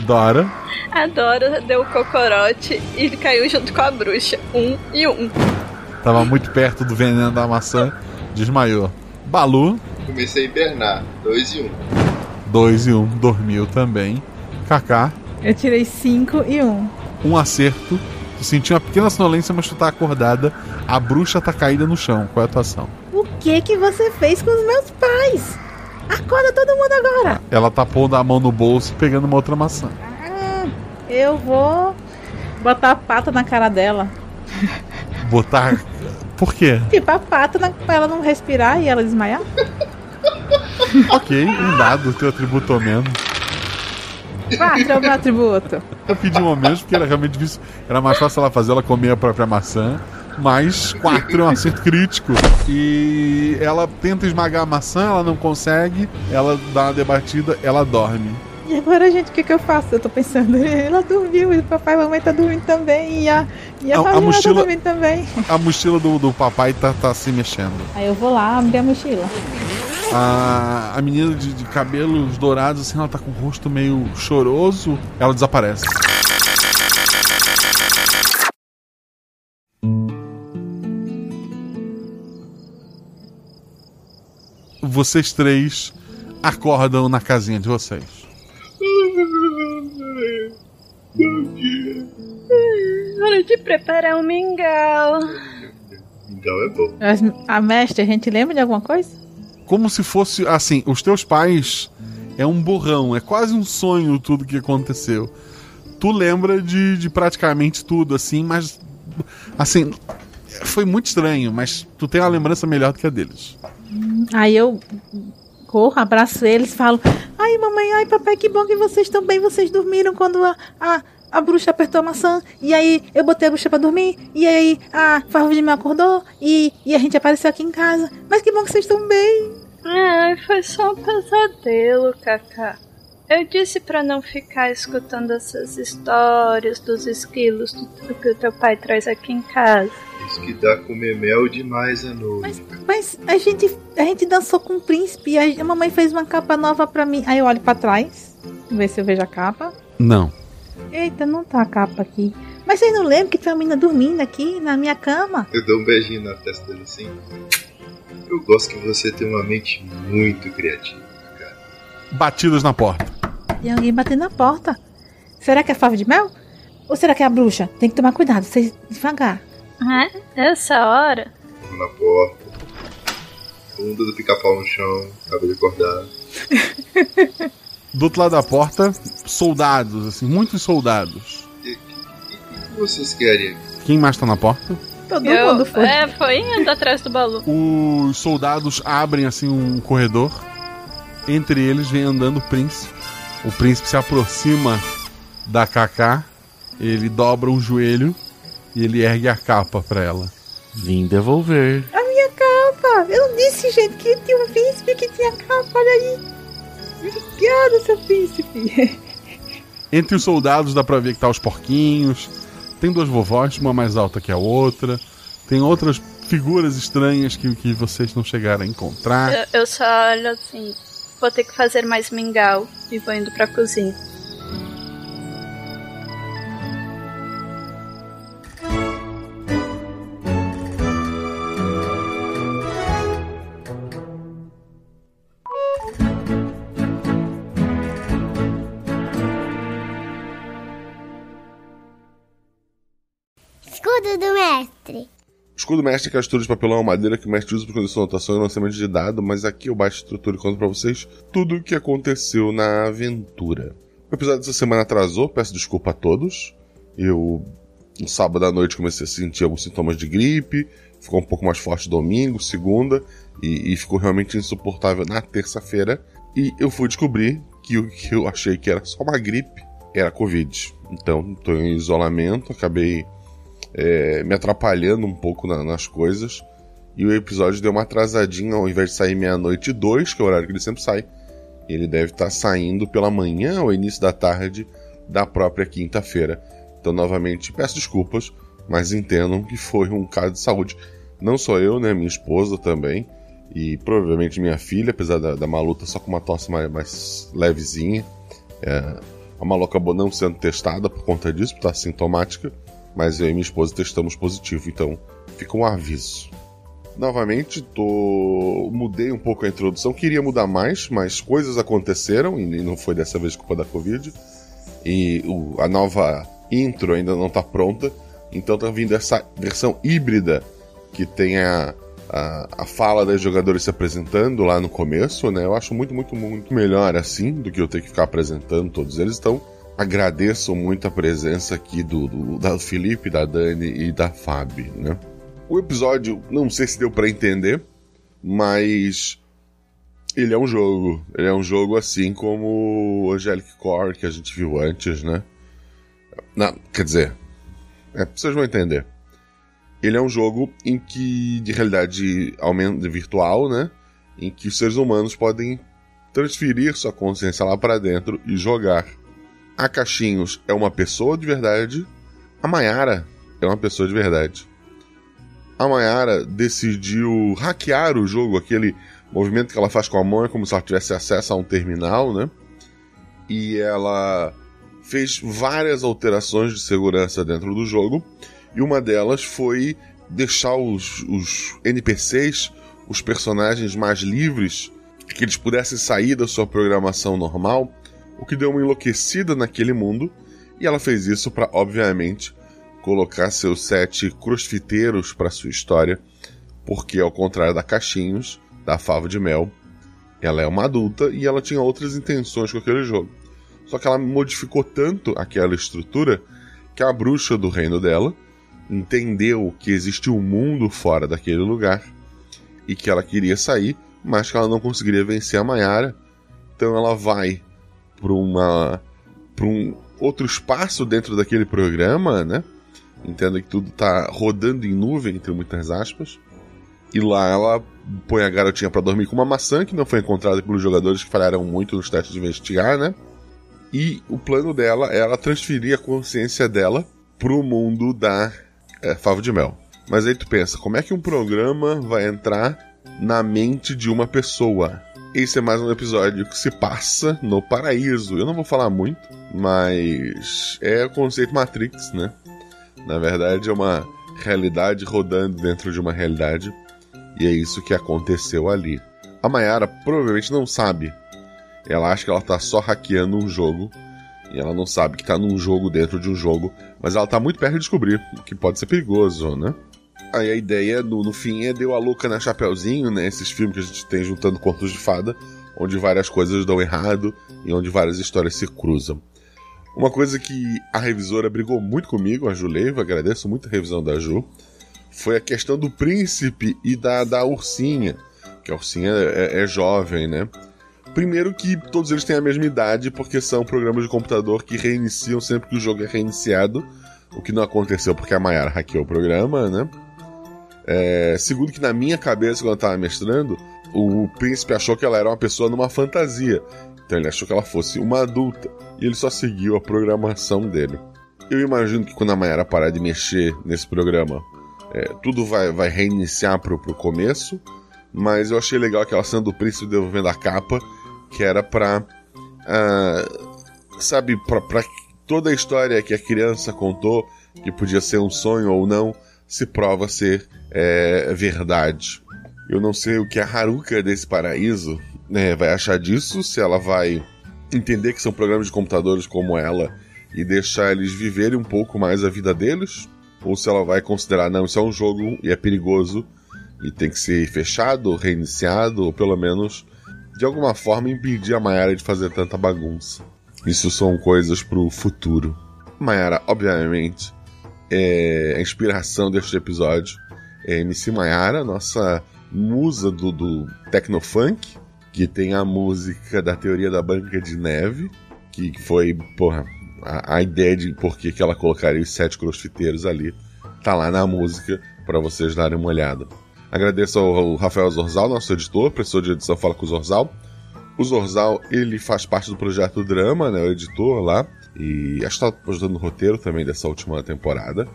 H: Dora.
C: Adoro, deu o cocorote e caiu junto com a bruxa. Um e um.
H: Tava muito perto do veneno da maçã. Desmaiou. Balu,
P: Comecei a hibernar. Dois e um.
H: 2 e 1, um, dormiu também. Kaká,
D: Eu tirei cinco e um.
H: um acerto. Tu sentiu uma pequena sonolência, mas tu tá acordada. A bruxa tá caída no chão. Qual é a tua ação?
D: O que que você fez com os meus pais? Acorda todo mundo agora!
H: Ela tá pondo a mão no bolso e pegando uma outra maçã.
D: Ah, Eu vou botar a pata na cara dela.
H: Botar. Por quê?
D: Tipo, a pata na... pra ela não respirar e ela desmaiar.
H: Ok, um dado, teu atributo ao menos.
D: Quatro é o meu atributo.
H: Eu pedi um ao menos porque era realmente difícil. Era mais fácil ela fazer, ela comer a própria maçã. Mas quatro é um acerto crítico. E ela tenta esmagar a maçã, ela não consegue, ela dá uma debatida, ela dorme.
D: E agora, gente, o que que eu faço? Eu tô pensando, ela dormiu, e o papai e a mamãe tá dormindo também, e a, e a
H: A- a
D: família
H: mochila-
D: tá dormindo também.
H: A mochila do, do papai tá, tá se mexendo.
D: Aí eu vou lá abrir a mochila.
H: A, a menina de, de cabelos dourados, assim, ela tá com o rosto meio choroso, ela desaparece. Vocês três acordam na casinha de vocês.
C: Hum, Hora de preparar um mingau.
P: Então é bom.
D: Mas, a mestre, a gente lembra de alguma coisa?
H: Como se fosse, assim, os teus pais é um borrão, é quase um sonho tudo que aconteceu. Tu lembra de, de praticamente tudo, assim, mas. Assim, foi muito estranho, mas tu tem uma lembrança melhor do que a deles.
D: Aí eu corro, abraço eles, falo: Ai, mamãe, ai, papai, que bom que vocês estão bem. Vocês dormiram quando a, a, a bruxa apertou a maçã. E aí eu botei a bruxa pra dormir. E aí a farva de mel acordou. E, e a gente apareceu aqui em casa. Mas que bom que vocês estão bem.
C: Ai, foi só um pesadelo, Kaká. Eu disse pra não ficar escutando essas histórias dos esquilos do que o teu pai traz aqui em casa.
P: Isso que dá comer mel demais à noite.
D: Mas a gente, a gente dançou com o príncipe. E a, a mamãe fez uma capa nova pra mim. Aí eu olho pra trás, ver se eu vejo a capa.
H: Não.
D: Eita, não tá a capa aqui. Mas vocês não lembram que tinha uma menina dormindo aqui na minha cama?
P: Eu dou um beijinho na testa dele assim. Eu gosto que você tem uma mente muito criativa.
H: Batidas na porta.
D: E alguém batendo na porta. Será que é a fava de mel? Ou será que é a bruxa? Tem que tomar cuidado, vocês devagar.
C: É? Essa hora?
P: Mão na porta. Bunda do pica-pau no chão. Acaba de acordar.
H: Do outro lado da porta, soldados, assim, muitos soldados.
B: que vocês querem?
S: Quem mais tá na porta?
T: Todo
C: Eu-
T: mundo foi.
C: É, foi indo atrás do Balu.
S: Os soldados abrem assim um corredor. Entre eles vem andando o príncipe. O príncipe se aproxima da Kaká. Ele dobra o joelho e ele ergue a capa pra ela.
U: Vim devolver.
D: A minha capa! Eu não disse, gente, que tem um príncipe que tem a capa, olha aí! Obrigada, seu príncipe!
S: Entre os soldados dá pra ver que tá os porquinhos. Tem duas vovós, uma mais alta que a outra. Tem outras figuras estranhas que, que vocês não chegaram a
H: Ah.
S: encontrar.
C: Eu, eu só olho assim. Vou ter que fazer mais mingau e vou indo pra cozinha.
V: Escudo do mestre.
H: O escudo mestre é aquela estrutura de papelão ou madeira que o mestre usa para conduzir anotação e lançamento de dado, mas aqui eu baixo a estrutura e conto para vocês tudo o que aconteceu na aventura. O episódio dessa semana atrasou, peço desculpa a todos. Eu, no sábado à noite, comecei a sentir alguns sintomas de gripe, ficou um pouco mais forte domingo, segunda, e, e ficou realmente insuportável na terça-feira. E eu fui descobrir que o que eu achei que era só uma gripe era Covid. Então, estou em isolamento, acabei é, me atrapalhando um pouco na- nas coisas. E o episódio deu uma atrasadinha, ao invés de sair meia-noite e dois, que é o horário que ele sempre sai, ele deve estar saindo pela manhã ou início da tarde da própria quinta-feira. Então, novamente, peço desculpas, mas entendam que foi um caso de saúde. Não só eu, né? Minha esposa também. E provavelmente minha filha, apesar da, da maluta, só com uma tosse mais, mais levezinha. É, a Malu acabou não sendo testada por conta disso, porque está sintomática. Mas eu e minha esposa testamos positivo, então fica um aviso. Novamente, tô... mudei um pouco a introdução. Queria mudar mais, mas coisas aconteceram e não foi dessa vez culpa da Covid. E o- a nova intro ainda não tá pronta. Então tá vindo essa versão híbrida que tem a, a, a fala das jogadores se apresentando lá no começo, né? Eu acho muito, muito, muito melhor assim do que eu ter que ficar apresentando todos eles. Então, agradeço muito a presença aqui do, do da Felipe, da Dani e da Fábio, né? O episódio, não sei se deu pra entender, mas ele é um jogo. Ele é um jogo assim como o Angelic Core que a gente viu antes, né? Não, quer dizer, é, vocês vão entender. Ele é um jogo em que de realidade aumen- virtual, né? Em que os seres humanos podem transferir sua consciência lá pra dentro e jogar. A Caixinhos é uma pessoa de verdade. A Mayara é uma pessoa de verdade a Mayara decidiu hackear o jogo, aquele movimento que ela faz com a mão é como se ela tivesse acesso a um terminal, né? E ela fez várias alterações de segurança dentro do jogo, e uma delas foi deixar os, os NPCs, os personagens mais livres, que eles pudessem sair da sua programação normal, o que deu uma enlouquecida naquele mundo, e ela fez isso para, obviamente, colocar seus sete crossfiteiros para sua história, porque ao contrário da Caixinhos, da Fava de Mel, ela é uma adulta e ela tinha outras intenções com aquele jogo. Só que ela modificou tanto aquela estrutura que a bruxa do reino dela entendeu que existia um mundo fora daquele lugar e que ela queria sair, mas que ela não conseguiria vencer a Mayara. Então ela vai para uma para um outro espaço dentro daquele programa, né? Entenda que tudo tá rodando em nuvem, entre muitas aspas. E lá ela põe a garotinha para dormir com uma maçã que não foi encontrada pelos jogadores que falharam muito nos testes de investigar, né? E o plano dela é ela transferir a consciência dela pro mundo da é, Favo de Mel. Mas aí tu pensa, como é que um programa vai entrar na mente de uma pessoa? Esse é mais um episódio que se passa no paraíso. Eu não vou falar muito, mas é o conceito Matrix, né? Na verdade, é uma realidade rodando dentro de uma realidade. E é isso que aconteceu ali. A Mayara provavelmente não sabe. Ela acha que ela tá só hackeando um jogo. E ela não sabe que tá num jogo dentro de um jogo. Mas ela tá muito perto de descobrir, o que pode ser perigoso, né? Aí a ideia, no, no fim, é deu a louca na Chapeuzinho, né? Esses filmes que a gente tem juntando contos de fada, onde várias coisas dão errado e onde várias histórias se cruzam. Uma coisa que a revisora brigou muito comigo, a Ju Leiva, agradeço muito a revisão da Ju, foi a questão do príncipe e da, da ursinha. Que a ursinha é, é jovem, né? Primeiro que todos eles têm a mesma idade, porque são programas de computador que reiniciam sempre que o jogo é reiniciado. O que não aconteceu porque a Mayara hackeou o programa, né? É, segundo que na minha cabeça, quando eu tava mestrando, o príncipe achou que ela era uma pessoa numa fantasia. Então ele achou que ela fosse uma adulta. E ele só seguiu a programação dele. Eu imagino que quando a Mayara parar de mexer nesse programa, é, tudo vai, vai reiniciar pro, pro começo. Mas eu achei legal aquela cena do príncipe devolvendo a capa, que era pra. Ah, sabe, pra, pra toda a história que a criança contou, que podia ser um sonho ou não, se prova ser é, verdade. Eu não sei o que a Haruka desse paraíso né, vai achar disso, se ela vai entender que são programas de computadores como ela e deixar eles viverem um pouco mais a vida deles, ou se ela vai considerar, não, isso é um jogo e é perigoso e tem que ser fechado, reiniciado, ou pelo menos de alguma forma impedir a Mayara de fazer tanta bagunça. Isso são coisas pro futuro. Mayara, obviamente, é, a inspiração deste episódio é MC Mayara, nossa musa do, do Tecnofunk, que tem a música da teoria da banca de neve, que foi, porra, a, a ideia de por que, que ela colocaria os sete crossfiteiros ali, tá lá na música para vocês darem uma olhada. Agradeço ao, ao Rafael Zorzal, nosso editor, professor de edição Fala com o Zorzal. O Zorzal, ele faz parte do projeto Drama, né, o editor lá, e acho que está ajudando o roteiro também dessa última temporada.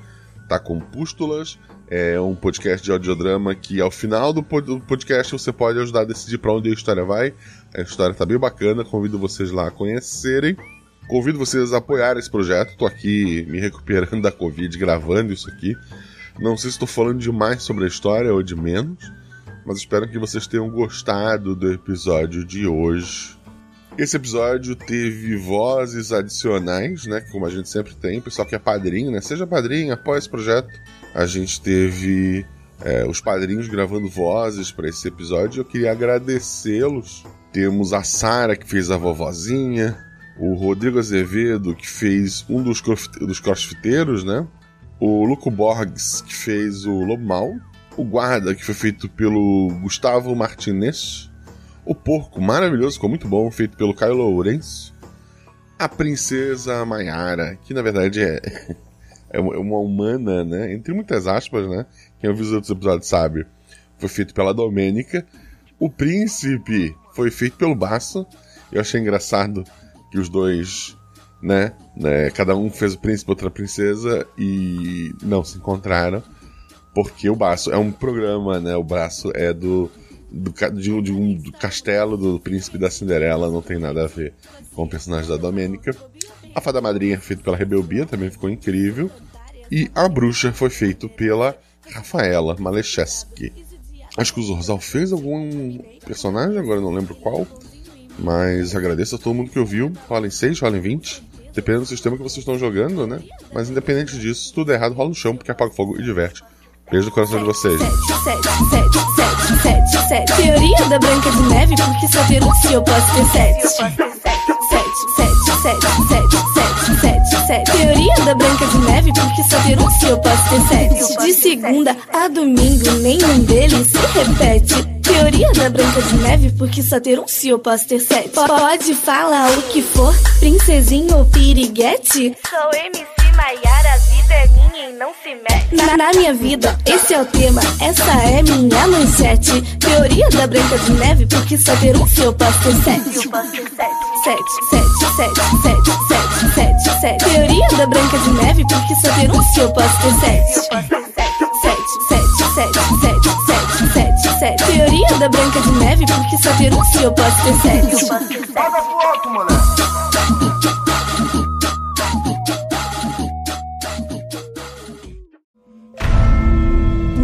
H: Tá com Pústulas, é um podcast de audiodrama que ao final do podcast você pode ajudar a decidir para onde a história vai. A história tá bem bacana, convido vocês lá a conhecerem. Convido vocês a apoiar esse projeto. Tô aqui me recuperando da Covid, gravando isso aqui. Não sei se estou falando demais sobre a história ou de menos, mas espero que vocês tenham gostado do episódio de hoje. Esse episódio teve vozes adicionais, né? Como a gente sempre tem, o pessoal que é padrinho, né? Seja padrinho, apoia esse projeto. A gente teve é, os padrinhos gravando vozes para esse episódio. Eu queria agradecê-los. Temos a Sara que fez a vovozinha, o Rodrigo Azevedo que fez um dos, crof- dos crossfiteiros, né? O Luco Borges que fez o Lobo Mal, o Guarda que foi feito pelo Gustavo Martinez. O Porco, maravilhoso, ficou muito bom, feito pelo Caio Lourenço. A Princesa Maiara, que na verdade é, é uma humana, né? Entre muitas aspas, né? Quem ouviu os outros episódios sabe. Foi feito pela Domênica. O Príncipe foi feito pelo Basso. Eu achei engraçado que os dois, né? né cada um fez o príncipe, outra princesa e não se encontraram. Porque o Basso é um programa, né? O Basso é do do, de, de um, do castelo do príncipe da Cinderela não tem nada a ver com o personagem da Domênica. A Fada Madrinha feito pela Rebelbia também ficou incrível. E a Bruxa foi feito pela Rafaela Malecheski. Acho que o Zorzal fez algum personagem, agora não lembro qual. Mas agradeço a todo mundo que ouviu. Rola em 6, rola em 20. Dependendo do sistema que vocês estão jogando, né? Mas independente disso, se tudo é errado, rola no chão, porque apaga o fogo e diverte. Beijo no coração de vocês.
W: Teoria da Branca de Neve, porque só ter um se eu posso ter sete. Teoria da Branca de Neve, porque só ter um se eu posso ter sete. De segunda a domingo, nenhum deles se repete. Teoria da Branca de Neve, porque só ter um se eu posso ter sete. Pode falar o que for, princesinha ou piriguete.
C: Sou MC Maiara, a vida é minha e não se mete.
W: Na, na, minha vida, esse é o tema, essa é minha manchete. Teoria da Branca de Neve, porque só ter um se eu posso ter sete. Sete, sete, sete, sete, sete, sete, sete. Teoria da Branca de Neve, porque só ter um se eu posso ter sete. Sete, sete, sete, sete, sete, sete, sete. Teoria da Branca de Neve, porque só ter um se eu posso ter sete. Paga pro alto, moleque.